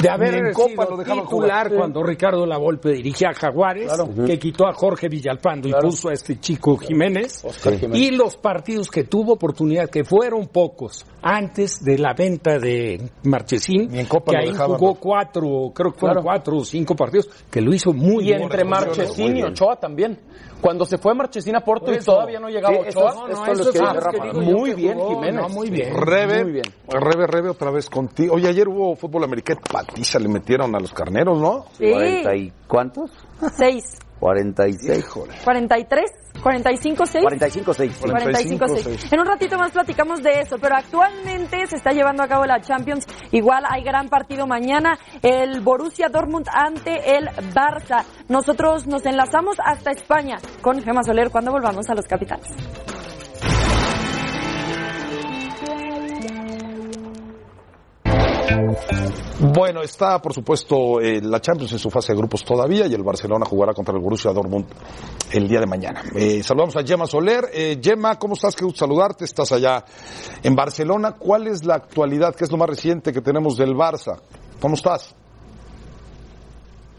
Speaker 2: de haber
Speaker 8: Ni en
Speaker 2: sido
Speaker 8: Copa lo dejaba
Speaker 2: titular
Speaker 8: jugar.
Speaker 2: cuando Ricardo Lavolpe dirigía a Jaguares,
Speaker 8: Claro.
Speaker 2: que quitó a Jorge Villalpando y puso a este chico Jiménez. Y los partidos que tuvo oportunidad, que fueron pocos, antes de la venta de Marchesín, que
Speaker 8: lo
Speaker 2: ahí
Speaker 8: dejaban,
Speaker 2: jugó cuatro, creo que
Speaker 9: Claro.
Speaker 2: fueron cuatro o cinco partidos, que lo hizo muy
Speaker 9: Y
Speaker 2: bien.
Speaker 9: entre Marchesín y Ochoa también. Cuando se fue Marchesín a Porto
Speaker 2: Por
Speaker 9: y
Speaker 2: eso.
Speaker 9: todavía no llegaba
Speaker 2: Sí,
Speaker 9: Ochoa.
Speaker 2: esos- esos son los que
Speaker 9: Ah,
Speaker 2: dice Rafa, ¿no?
Speaker 9: Muy
Speaker 2: que
Speaker 9: bien,
Speaker 2: jugó,
Speaker 9: Jiménez.
Speaker 2: no, muy bien.
Speaker 8: Rebe,
Speaker 2: Muy bien.
Speaker 8: Rebe, Rebe, otra vez contigo. Oye, ayer hubo fútbol americano. Patiza le metieron a los carneros, ¿no?
Speaker 11: Sí.
Speaker 7: ¿Cuarenta y cuántos?
Speaker 11: 6,
Speaker 7: 46.
Speaker 11: 43, 45, 6.
Speaker 7: 45-6.
Speaker 11: 45-6. En un ratito más platicamos de eso, pero actualmente se está llevando a cabo la Champions. Igual hay gran partido mañana, el Borussia Dortmund ante el Barça. Nosotros nos enlazamos hasta España con Gema Soler cuando volvamos a los capitales.
Speaker 8: Bueno, está por supuesto eh, la Champions en su fase de grupos todavía y el Barcelona jugará contra el Borussia Dortmund el día de mañana. Eh, saludamos a Gemma Soler. Eh, Gemma, ¿cómo estás? Qué gusto saludarte. Estás allá en Barcelona. ¿Cuál es la actualidad? ¿Qué es lo más reciente que tenemos del Barça? ¿Cómo estás?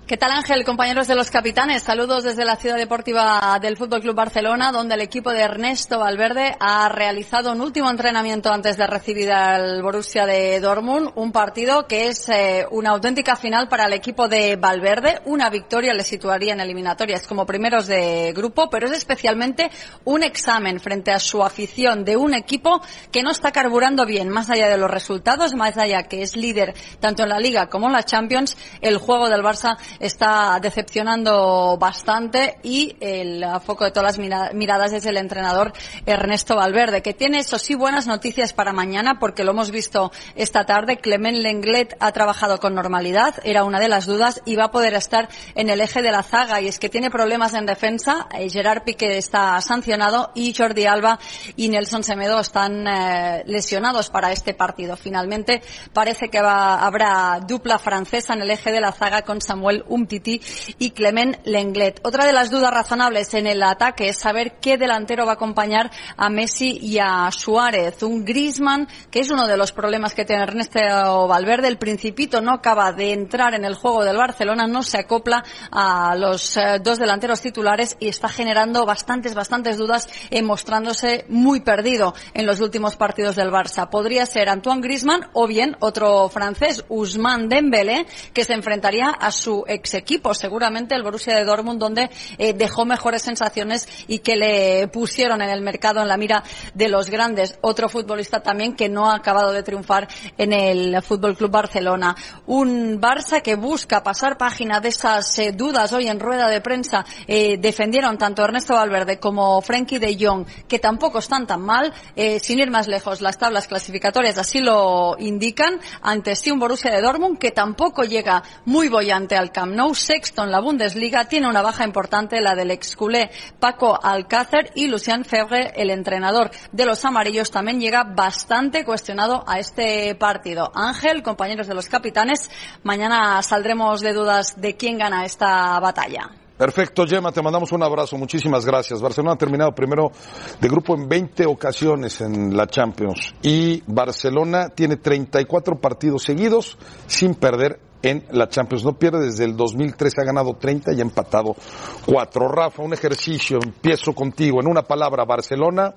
Speaker 15: ¿Qué tal Ángel, compañeros de los capitanes? Saludos desde la Ciudad Deportiva del Fútbol Club Barcelona, donde el equipo de Ernesto Valverde ha realizado un último entrenamiento antes de recibir al Borussia de Dortmund, un partido que es eh, una auténtica final para el equipo de Valverde. Una victoria le situaría en eliminatorias como primeros de grupo, pero es especialmente un examen frente a su afición de un equipo que no está carburando bien, más allá de los resultados, más allá que es líder tanto en la Liga como en la Champions, el juego del Barça está decepcionando bastante y el eh, foco de todas las mira- miradas es el entrenador Ernesto Valverde, que tiene eso sí buenas noticias para mañana porque lo hemos visto esta tarde. Clement Lenglet ha trabajado con normalidad, era una de las dudas y va a poder estar en el eje de la zaga y es que tiene problemas en defensa. eh, Gerard Piqué está sancionado y Jordi Alba y Nelson Semedo están eh, lesionados para este partido. Finalmente parece que va- habrá dupla francesa en el eje de la zaga con Samuel Umtiti y Clement Lenglet. Otra de las dudas razonables en el ataque es saber qué delantero va a acompañar a Messi y a Suárez. Un Griezmann que es uno de los problemas que tiene Ernesto Valverde. El principito no acaba de entrar en el juego del Barcelona, no se acopla a los eh, dos delanteros titulares y está generando bastantes, bastantes dudas, eh, mostrándose muy perdido en los últimos partidos del Barça. Podría ser Antoine Griezmann o bien otro francés, Ousmane Dembélé, que se enfrentaría a su ex equipo, seguramente el Borussia de Dortmund, donde eh, dejó mejores sensaciones y que le pusieron en el mercado en la mira de los grandes. Otro futbolista también que no ha acabado de triunfar en el Fútbol Club Barcelona. Un Barça que busca pasar página de esas eh, dudas. Hoy en rueda de prensa eh, defendieron tanto Ernesto Valverde como Frenkie de Jong, que tampoco están tan mal. Eh, sin ir más lejos, las tablas clasificatorias así lo indican. Ante sí un Borussia de Dortmund que tampoco llega muy bollante al Camp Nou. Sexto en la Bundesliga tiene una baja importante, la del ex culé Paco Alcácer y Lucien Febvre, el entrenador de los amarillos, también llega bastante cuestionado a este partido. Ángel, compañeros de los capitanes, mañana saldremos de dudas de quién gana esta batalla.
Speaker 8: Perfecto, Gemma, te mandamos un abrazo. Muchísimas gracias. Barcelona ha terminado primero de grupo en 20 ocasiones en la Champions y Barcelona tiene 34 partidos seguidos sin perder en la Champions. No pierde desde el 2013, ha ganado 30 y ha empatado 4. Rafa, un ejercicio, empiezo contigo. En una palabra, Barcelona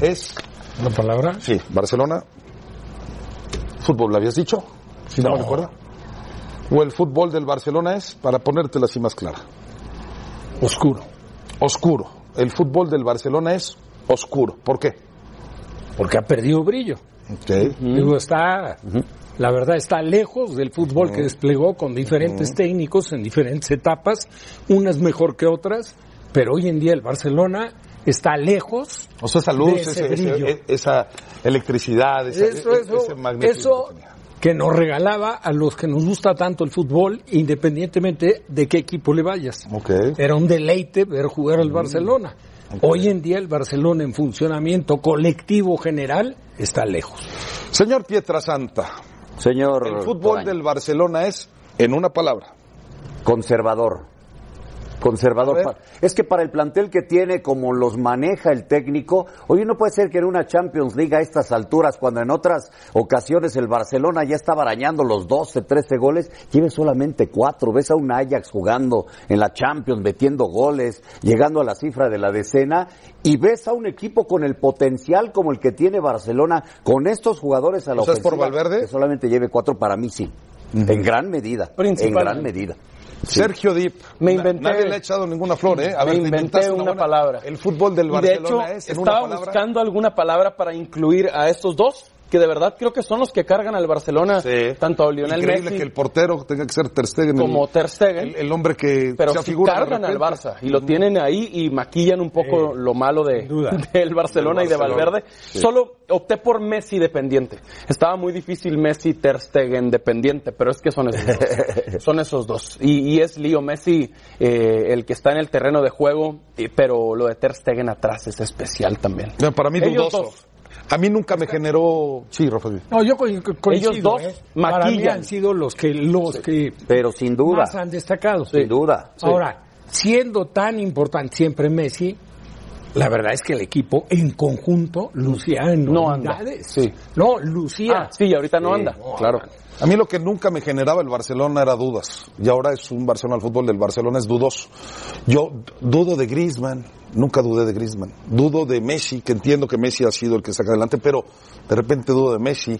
Speaker 8: es...
Speaker 2: ¿Una palabra?
Speaker 8: Sí, Barcelona. Fútbol, ¿lo habías dicho? Si no, me acuerdo. o el fútbol del Barcelona es, para ponértela así más clara?
Speaker 2: Oscuro.
Speaker 8: Oscuro. El fútbol del Barcelona es oscuro. ¿Por qué?
Speaker 2: Porque ha perdido brillo. Digo, está, la verdad, está lejos del fútbol que desplegó con diferentes técnicos en diferentes etapas, unas mejor que otras, pero hoy en día el Barcelona está lejos.
Speaker 8: O sea, esa luz,
Speaker 2: de ese
Speaker 8: ese- ese-
Speaker 2: brillo.
Speaker 8: e- esa electricidad, esa-
Speaker 2: Eso,
Speaker 8: e-
Speaker 2: eso,
Speaker 8: ese magnetismo.
Speaker 2: eso que nos regalaba a los que nos gusta tanto el fútbol, independientemente de qué equipo le vayas. Era un deleite ver jugar
Speaker 8: Mm.
Speaker 2: al Barcelona. Hoy en día el Barcelona en funcionamiento colectivo general está lejos.
Speaker 8: Señor Pietrasanta.
Speaker 7: Señor.
Speaker 8: El fútbol del Barcelona es, en una palabra,
Speaker 7: conservador. Conservador. Pa- Es que para el plantel que tiene, como los maneja el técnico, oye, no puede ser que en una Champions League a estas alturas, cuando en otras ocasiones el Barcelona ya está arañando los 12, 13 goles, lleve solamente cuatro. Ves a un Ajax jugando en la Champions, metiendo goles, llegando a la cifra de la decena, y ves a un equipo con el potencial como el que tiene Barcelona, con estos jugadores a la
Speaker 8: O sea, es por
Speaker 7: ofensiva, Que solamente lleve cuatro, para mí sí. En gran medida. En
Speaker 8: Principalmente.
Speaker 7: gran medida.
Speaker 8: Sergio Dip.
Speaker 7: Me
Speaker 8: Na-
Speaker 7: inventé-
Speaker 8: Nadie le ha echado ninguna flor, ¿eh? A ver,
Speaker 9: Me
Speaker 8: te
Speaker 9: inventé
Speaker 8: inventaste
Speaker 9: una
Speaker 8: buena- El fútbol del
Speaker 9: Y
Speaker 8: Barcelona
Speaker 9: de hecho,
Speaker 8: es, en una
Speaker 9: estaba
Speaker 8: palabra.
Speaker 9: buscando alguna palabra para incluir a estos dos, que de verdad creo que son los que cargan al Barcelona, tanto a Lionel
Speaker 8: Increíble
Speaker 9: Messi
Speaker 8: que el portero tenga que ser Ter Stegen.
Speaker 9: como
Speaker 8: el,
Speaker 9: Ter Stegen.
Speaker 8: el, el hombre que
Speaker 9: pero
Speaker 8: se
Speaker 9: sí
Speaker 8: figura de
Speaker 9: cargan al
Speaker 8: repente.
Speaker 9: Barça y lo tienen ahí y maquillan un poco lo malo de, del Barcelona
Speaker 6: Del
Speaker 9: y de
Speaker 6: Barcelona,
Speaker 9: Valverde.
Speaker 6: sí.
Speaker 9: Solo opté por Messi dependiente. Estaba muy difícil Messi Ter Stegen dependiente, pero es que son esos dos. son esos dos. Y, y es Leo Messi eh, el que está en el terreno de juego, y- pero lo de Ter Stegen atrás es especial también.
Speaker 8: No, para mí
Speaker 9: Ellos
Speaker 8: dudoso.
Speaker 9: dos.
Speaker 8: A mí nunca me generó... Sí, Rafael.
Speaker 2: No, yo co- co- coincido.
Speaker 9: Ellos dos
Speaker 2: ¿eh? Para mí
Speaker 9: maquillan.
Speaker 2: han sido los que los que
Speaker 7: Pero sin duda.
Speaker 2: más han destacado.
Speaker 7: Sin duda.
Speaker 2: Ahora, siendo tan importante siempre Messi, la verdad es que el equipo en conjunto lucía en
Speaker 9: No anda.
Speaker 2: unidades.
Speaker 9: Sí.
Speaker 2: No, lucía.
Speaker 9: Ah, sí, y ahorita no
Speaker 2: Sí,
Speaker 9: anda.
Speaker 2: no,
Speaker 9: claro.
Speaker 8: A mí lo que nunca me generaba el Barcelona era dudas. Y ahora es un Barcelona, el fútbol del Barcelona es dudoso. Yo dudo de Griezmann, nunca dudé de Griezmann. Dudo de Messi, que entiendo que Messi ha sido el que saca adelante, pero de repente dudo de Messi.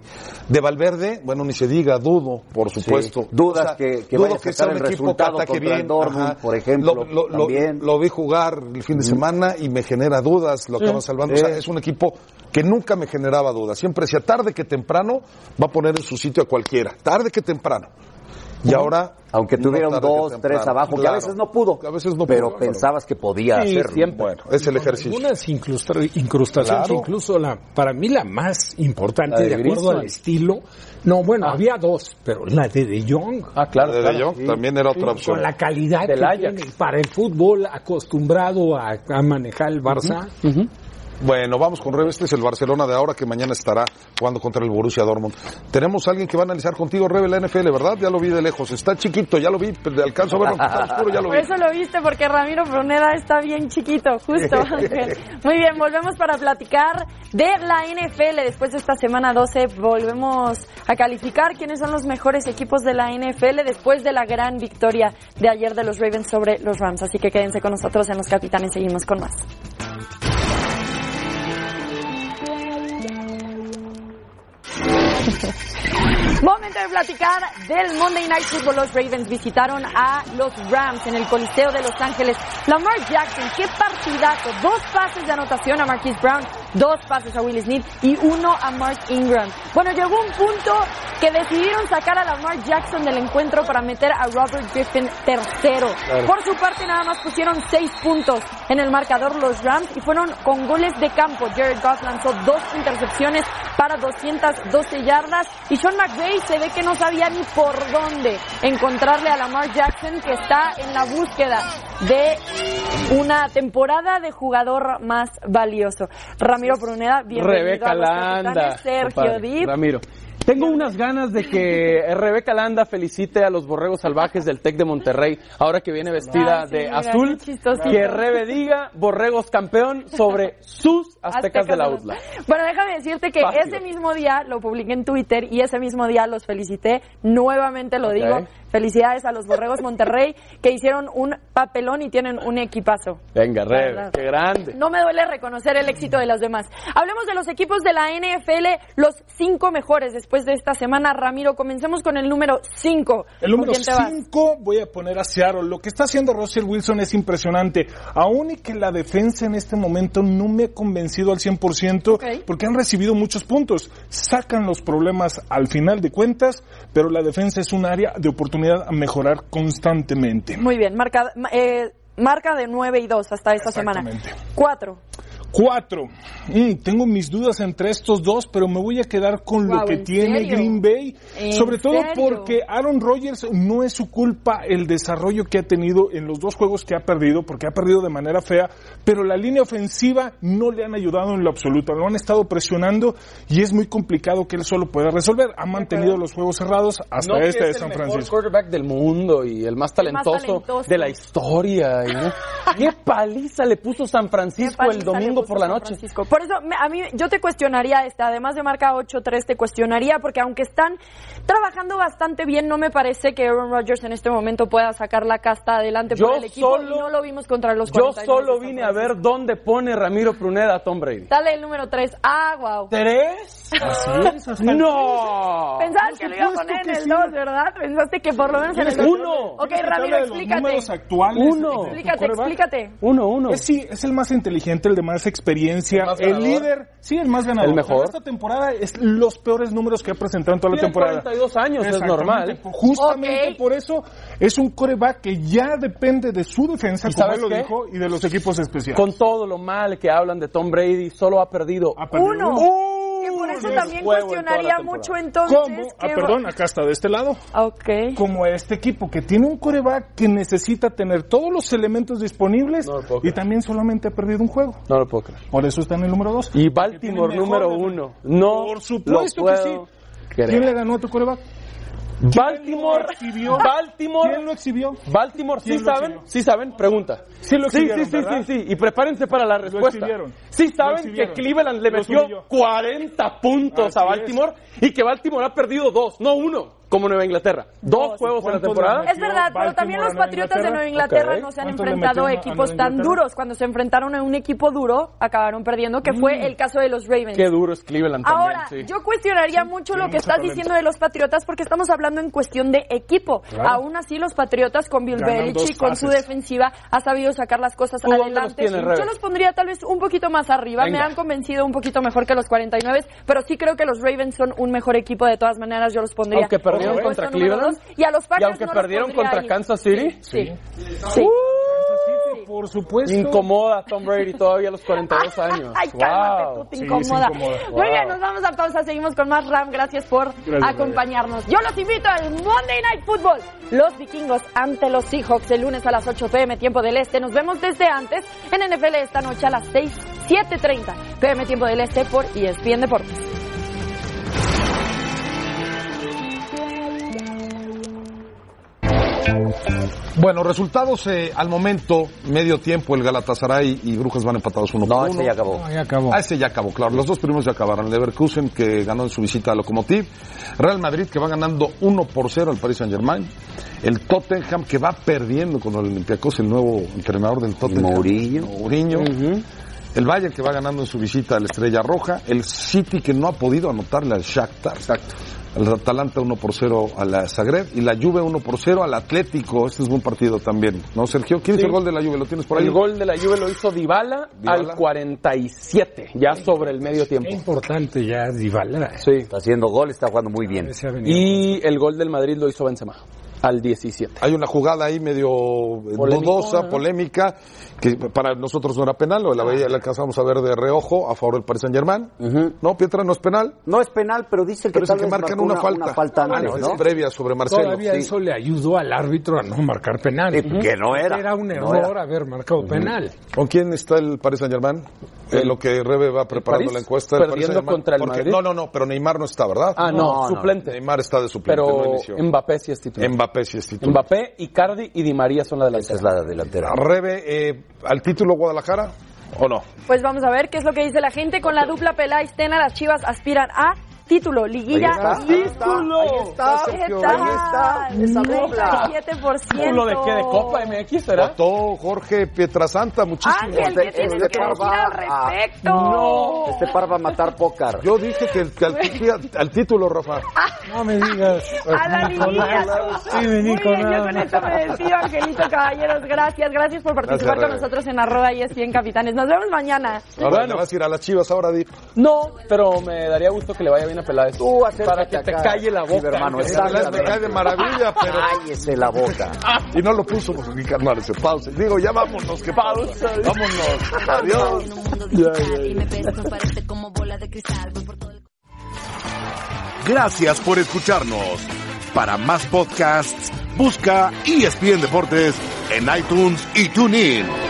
Speaker 8: De Valverde, bueno, ni se diga, dudo, por supuesto.
Speaker 7: Sí. Dudas
Speaker 8: O sea,
Speaker 7: que, que
Speaker 8: dudo
Speaker 7: vaya a
Speaker 8: que
Speaker 7: sacar
Speaker 8: sea un
Speaker 7: el
Speaker 8: equipo que
Speaker 7: resultado
Speaker 8: ataque
Speaker 7: contra
Speaker 8: bien,
Speaker 7: el Dortmund,
Speaker 8: ajá.
Speaker 7: por ejemplo,
Speaker 8: Lo, lo- lo-
Speaker 7: también.
Speaker 8: lo vi jugar el fin de semana y me genera dudas, lo
Speaker 7: Sí.
Speaker 8: acaba salvando. O sea,
Speaker 7: Sí.
Speaker 8: es un equipo que nunca me generaba dudas. Siempre decía, tarde que temprano va a poner en su sitio a cualquiera. Tarde que temprano. Y ahora...
Speaker 7: Aunque
Speaker 8: no
Speaker 7: tuvieron
Speaker 8: tarde que
Speaker 7: dos, tres
Speaker 8: temprano.
Speaker 7: abajo, que a
Speaker 8: Claro.
Speaker 7: veces no pudo. pero pensabas que podía
Speaker 2: Sí,
Speaker 7: hacerlo.
Speaker 2: siempre.
Speaker 7: Bueno,
Speaker 8: es el
Speaker 7: ejercicio.
Speaker 2: Algunas incrustra- incrustaciones,
Speaker 7: Claro.
Speaker 2: incluso la, para mí la más importante,
Speaker 7: La de
Speaker 2: de, acuerdo
Speaker 8: Griezmann.
Speaker 2: al estilo. No, bueno, había dos, pero la de De Jong.
Speaker 9: Ah,
Speaker 8: claro, La de De claro. Jong también era otra opción.
Speaker 2: Con la calidad
Speaker 8: Del
Speaker 2: que
Speaker 8: Ajax.
Speaker 2: tiene para el fútbol acostumbrado a, a manejar el Barça.
Speaker 8: Bueno, vamos con Rebe. Este es el Barcelona de ahora que mañana estará jugando contra el Borussia Dortmund. Tenemos a alguien que va a analizar contigo, Rebe, la NFL, ¿verdad? Ya lo vi de lejos. Está chiquito, ya lo vi. pero Alcanzo a verlo. Está oscuro, ya lo
Speaker 11: Por
Speaker 8: vi.
Speaker 11: eso lo viste, porque Ramiro Bruneda está bien chiquito, justo, Ángel. Muy bien, volvemos para platicar de la NFL. Después de esta semana 12 volvemos a calificar quiénes son los mejores equipos de la NFL después de la gran victoria de ayer de los Ravens sobre los Rams. Así que quédense con nosotros en Los Capitanes. Seguimos con más. Momento de platicar del Monday Night Football. Los Ravens visitaron a los Rams en el Coliseo de Los Ángeles. Lamar Jackson, qué partidazo. Dos pases de anotación a Marquise Brown, dos pases a Will Smith y uno a Mark Ingram. Bueno, llegó un punto que decidieron sacar a Lamar Jackson del encuentro para meter a Robert Griffin tercero.
Speaker 16: Claro.
Speaker 11: Por su parte, nada más pusieron seis puntos en el marcador los Rams y fueron con goles de campo. Jared Goff lanzó dos intercepciones para 212 yardas y Sean McVay se ve que no sabía ni por dónde encontrarle a Lamar Jackson que está en la búsqueda de una temporada de jugador más valioso. Ramiro Pruneda, bienvenido
Speaker 9: Rebeca
Speaker 11: a los
Speaker 9: Landa.
Speaker 11: Capitanes. Sergio
Speaker 9: compadre,
Speaker 11: Dip.
Speaker 9: Ramiro. Tengo unas ganas de que Rebeca Landa felicite a los borregos salvajes del Tec de Monterrey, ahora que viene vestida
Speaker 11: Ay, sí,
Speaker 9: de
Speaker 11: mira,
Speaker 9: azul.
Speaker 11: qué chistosito.
Speaker 9: Que Rebe diga borregos campeón sobre sus aztecas de la UTLA.
Speaker 11: Bueno, déjame decirte que
Speaker 9: Fácil.
Speaker 11: ese mismo día lo publiqué en Twitter y ese mismo día los felicité. Nuevamente lo
Speaker 9: Ok.
Speaker 11: digo. Felicidades a los Borregos Monterrey que hicieron un papelón y tienen un equipazo.
Speaker 9: Venga, Rebe,
Speaker 11: Verdad.
Speaker 9: qué grande.
Speaker 11: No me duele reconocer el éxito de los demás. Hablemos de los equipos de la NFL, los cinco mejores después después de esta semana. Ramiro, comencemos con el número 5.
Speaker 16: El número 5 voy a poner a Seattle. Lo que está haciendo Russell Wilson es impresionante. Aún y que la defensa en este momento no me ha convencido al 100% porque han recibido muchos puntos. Sacan los problemas al final de cuentas, pero la defensa es un área de oportunidad a mejorar constantemente.
Speaker 11: Muy bien, marca, eh, marca de 9 y 2 hasta esta semana.
Speaker 16: Exactamente.
Speaker 11: 4.
Speaker 16: Cuatro. Mm, tengo mis dudas entre estos dos, pero me voy a quedar con lo
Speaker 11: Wow,
Speaker 16: que
Speaker 11: ¿en
Speaker 16: tiene
Speaker 11: serio?
Speaker 16: Green Bay.
Speaker 11: ¿En
Speaker 16: Sobre todo
Speaker 11: serio?
Speaker 16: porque Aaron Rodgers no es su culpa el desarrollo que ha tenido en los dos juegos que ha perdido, porque ha perdido de manera fea, pero la línea ofensiva no le han ayudado en lo absoluto. Lo han estado presionando y es muy complicado que él solo pueda resolver. Ha mantenido los juegos cerrados hasta
Speaker 9: No, que
Speaker 16: este de
Speaker 9: es el
Speaker 16: San
Speaker 9: mejor
Speaker 16: Francisco.
Speaker 9: quarterback del mundo y el más
Speaker 16: El más
Speaker 9: talentoso,
Speaker 16: talentoso.
Speaker 9: de la historia. y, ¿no? ¿Qué paliza le puso San Francisco el
Speaker 11: paliza le
Speaker 9: domingo
Speaker 11: puso
Speaker 9: por la
Speaker 11: San
Speaker 9: noche?
Speaker 11: Francisco. Por eso, me- a mí, yo te cuestionaría esta, además de marca 8-3, te cuestionaría, porque aunque están trabajando bastante bien, no me parece que Aaron Rodgers en este momento pueda sacar la casta adelante
Speaker 9: Yo
Speaker 11: por el equipo.
Speaker 9: solo-
Speaker 11: y no lo vimos contra los
Speaker 9: Yo
Speaker 11: 49ers.
Speaker 9: solo vine a ver dónde pone Ramiro Pruneda a Tom Brady.
Speaker 11: Dale el número 3. Ah, wow.
Speaker 9: ¿Tres?
Speaker 16: ¿Ah,
Speaker 9: Ah. ¡No!
Speaker 11: Pensabas que lo iba a poner en el 2, ¿verdad? Pensaste que por lo menos en el dos.
Speaker 16: Uno.
Speaker 11: Ok,
Speaker 16: Tienes que
Speaker 11: Ramiro,
Speaker 16: hablar de los
Speaker 11: explícate.
Speaker 16: números actuales de tu
Speaker 11: Explícate,
Speaker 16: quarterback.
Speaker 11: explícate.
Speaker 9: Uno, uno.
Speaker 16: Es, sí, es el más inteligente, el de más experiencia,
Speaker 9: más
Speaker 16: el,
Speaker 9: ganador.
Speaker 16: líder, sí, el más ganador.
Speaker 9: El mejor.
Speaker 16: Pero esta temporada es los peores números que ha presentado en toda la
Speaker 9: Tiene
Speaker 16: temporada.
Speaker 9: 42 años, es
Speaker 16: Exactamente.
Speaker 9: normal.
Speaker 16: Justamente por eso es un coreback que ya depende de su defensa,
Speaker 9: ¿Y
Speaker 16: como
Speaker 9: sabes
Speaker 16: él lo
Speaker 9: qué?
Speaker 16: dijo, y de los equipos especiales.
Speaker 9: Con todo lo mal que hablan de Tom Brady, solo ha perdido,
Speaker 11: Uno.
Speaker 16: Uh,
Speaker 11: Que por eso
Speaker 16: Diez
Speaker 11: también
Speaker 16: juegos en
Speaker 11: cuestionaría
Speaker 16: toda la
Speaker 11: mucho
Speaker 16: temporada.
Speaker 11: entonces.
Speaker 16: ¿Cómo? Ah,
Speaker 11: que-
Speaker 16: perdón, acá está de este lado.
Speaker 11: Ok.
Speaker 16: Como este equipo que tiene un coreback que necesita tener todos los elementos disponibles y también solamente ha perdido un juego.
Speaker 9: No lo puedo creer.
Speaker 16: Por eso está en el número 2.
Speaker 9: Y Baltimore
Speaker 16: Tiene mejor
Speaker 9: número
Speaker 16: defensa.
Speaker 9: uno. No
Speaker 16: Por supuesto
Speaker 9: lo
Speaker 16: que
Speaker 9: puedo
Speaker 16: sí.
Speaker 9: creer.
Speaker 16: ¿Quién le ganó a tu coreback?
Speaker 9: Baltimore, Baltimore,
Speaker 16: ¿Quién lo exhibió?
Speaker 9: Baltimore, ¿sí
Speaker 16: ¿Quién lo
Speaker 9: saben?
Speaker 16: exhibió?
Speaker 9: ¿Sí saben? Pregunta.
Speaker 16: Sí lo exhibieron,
Speaker 9: sí, sí,
Speaker 16: ¿verdad?
Speaker 9: sí, sí, y prepárense para la respuesta.
Speaker 16: exhibieron.
Speaker 9: Sí
Speaker 16: Lo
Speaker 9: saben que
Speaker 16: exhibieron.
Speaker 9: Cleveland le
Speaker 16: Los
Speaker 9: metió
Speaker 16: humilló.
Speaker 9: 40 puntos a Baltimore y que Baltimore ha perdido dos, no uno, como Nueva Inglaterra. Dos juegos en la temporada.
Speaker 11: Es verdad, pero también los Patriotas de Nueva Inglaterra no se han enfrentado a equipos tan duros. Cuando se enfrentaron a un equipo duro, acabaron perdiendo, que fue el caso de los Ravens.
Speaker 9: Qué duro es Cleveland
Speaker 11: pues? Ahora,
Speaker 9: también, sí.
Speaker 11: yo cuestionaría mucho lo que
Speaker 9: mucho
Speaker 11: estás
Speaker 9: talento.
Speaker 11: diciendo de los Patriotas porque estamos hablando en cuestión de equipo.
Speaker 9: Claro.
Speaker 11: Aún así, los Patriotas con Bill
Speaker 9: Ganan dos
Speaker 11: Belichick, con su
Speaker 9: fases.
Speaker 11: defensiva, ha sabido sacar las cosas
Speaker 9: ¿Tú dónde los
Speaker 11: adelante.
Speaker 9: tienes, Rebe?
Speaker 11: yo los pondría tal vez un poquito más arriba. Me
Speaker 9: Venga.
Speaker 11: han convencido un poquito mejor que los 49, pero sí creo que los Ravens son un mejor equipo. De todas maneras, yo los pondría.
Speaker 9: Aunque perdieron
Speaker 11: por
Speaker 9: contra
Speaker 11: puesto número
Speaker 9: Cleveland.
Speaker 11: dos. Y a los Packers
Speaker 9: Y aunque
Speaker 11: no los
Speaker 9: perdieron
Speaker 11: pondría
Speaker 9: contra
Speaker 11: ahí.
Speaker 9: Kansas City.
Speaker 11: Sí.
Speaker 16: Por supuesto.
Speaker 9: Incomoda a Tom Brady todavía a los 42 años.
Speaker 11: Ah, Ay, cálmate,
Speaker 9: Wow.
Speaker 11: tú te incomoda. Muy bien, nos
Speaker 9: Wow.
Speaker 11: vamos a pausa. Seguimos con más Ram. Gracias por
Speaker 9: Gracias,
Speaker 11: acompañarnos. Yo los invito al Monday Night Football. Los vikingos ante los Seahawks el lunes a las 8 pm, tiempo del este. Nos vemos desde antes en NFL esta noche a las 6, 7.30 pm, tiempo del este por ESPN Deportes.
Speaker 8: Bueno, resultados eh, al momento, medio tiempo, el Galatasaray y Brujas van empatados uno por uno.
Speaker 7: ese ya acabó.
Speaker 8: ya acabó. Ah, ese ya acabó, claro. Los dos primeros ya acabaron. Leverkusen, que ganó en su visita a Lokomotiv. Real Madrid, que va ganando 1 por 0 al Paris Saint-Germain. El Tottenham, que va perdiendo con el Olympiacos, el nuevo entrenador del Tottenham. Mourinho. Mourinho. El Bayern, que va ganando en su visita a la Estrella Roja. El City, que no ha podido anotarle al Shakhtar. Exacto. El Atalanta 1 por 0 a la Zagreb y la Juve 1 por 0 al Atlético. Este es buen partido también. ¿No, Sergio? ¿Quién
Speaker 9: Sí.
Speaker 8: hizo el gol de la Juve? ¿Lo tienes por ahí?
Speaker 9: El gol de la Juve lo hizo Dybala,
Speaker 8: Dybala.
Speaker 9: al 47, ya sobre el medio tiempo.
Speaker 2: importante ya Dybala.
Speaker 9: Sí. Está
Speaker 7: haciendo gol, está jugando muy bien.
Speaker 9: Y el gol del Madrid lo hizo Benzema al 17.
Speaker 8: Hay una jugada ahí medio eh,
Speaker 9: Polémicona.
Speaker 8: dudosa, polémica, que para nosotros no era penal,
Speaker 7: Ah.
Speaker 8: o la, veía- la alcanzamos a ver de reojo a favor del Paris Saint Germain. No, Pietra, no es penal.
Speaker 7: No es penal, pero dice
Speaker 8: Pero es
Speaker 7: tal
Speaker 8: el que
Speaker 7: vez
Speaker 8: marcan
Speaker 7: marcó
Speaker 8: una,
Speaker 7: una-
Speaker 8: falta.
Speaker 7: una falta
Speaker 8: Ah,
Speaker 7: antes,
Speaker 8: es
Speaker 7: ¿no?
Speaker 8: previa sobre Marcelo.
Speaker 2: Todavía
Speaker 8: sí.
Speaker 2: eso le ayudó al árbitro a no marcar penal.
Speaker 8: Sí, que no era.
Speaker 2: Era un
Speaker 8: No
Speaker 2: error
Speaker 8: era.
Speaker 2: haber marcado penal.
Speaker 8: ¿Con quién está el Paris Saint Germain? Eh, lo que Rebe va preparando
Speaker 2: París?
Speaker 8: la encuesta. del Paris
Speaker 2: Perdiendo
Speaker 8: Saint-Germain.
Speaker 2: contra el
Speaker 8: Porque-
Speaker 2: Madrid.
Speaker 8: No, no, no, pero Neymar no está, ¿verdad?
Speaker 9: Ah, no, No, no. suplente.
Speaker 8: Neymar está de suplente. no
Speaker 9: Pero
Speaker 8: inició.
Speaker 9: Mbappé sí es titular.
Speaker 8: Mbappé sí es titular.
Speaker 9: Mbappé, Icardi y Di María son la delantera. es
Speaker 7: la delantera.
Speaker 8: Rebe, eh, ¿al título Guadalajara o no?
Speaker 11: Pues vamos a ver qué es lo que dice la gente. Con la dupla Peláez Tena, las Chivas aspiran a título, liguilla.
Speaker 12: Ahí está, ahí está,
Speaker 11: ¿Qué
Speaker 12: Sergio,
Speaker 11: tal?
Speaker 12: ahí está, esa copla.
Speaker 11: 37%.
Speaker 12: ¿Culo de qué? ¿De copa
Speaker 9: MX
Speaker 11: será?
Speaker 8: Votó Jorge Pietrasanta, muchísimo.
Speaker 11: Ángel, ¿qué tienes que
Speaker 8: par
Speaker 11: decir
Speaker 8: va
Speaker 11: al
Speaker 8: a-
Speaker 11: respecto?
Speaker 8: Este par va a matar pócar. Yo dije que, el- que al, que al título, Rafa.
Speaker 2: No me digas.
Speaker 11: A la liguilla.
Speaker 2: Sí, mi
Speaker 11: Muy
Speaker 2: Nico,
Speaker 11: bien, yo
Speaker 2: nada
Speaker 11: con
Speaker 2: más.
Speaker 11: esto me despido, Angelito Caballeros. Gracias, gracias por
Speaker 8: Gracias,
Speaker 11: participar con
Speaker 8: Rebe.
Speaker 11: nosotros en arroba y 100 capitanes. Nos vemos mañana.
Speaker 8: Ahora le vas a ir a las chivas, ahora di.
Speaker 9: No, pero me daría gusto que le vaya bien a Peláez. para que te
Speaker 8: acá,
Speaker 9: calle la boca.
Speaker 8: cibermano,
Speaker 9: Ángel.
Speaker 8: exactamente. Peláez me cae de maravilla, pero-
Speaker 7: Cállese la boca.
Speaker 8: Y no lo puso pues, mi carnal, ese pausa. Digo, ya vámonos, que pausa. Vámonos. Adiós.
Speaker 1: Gracias por escucharnos. Para más podcasts, busca ESPN Deportes en iTunes y TuneIn.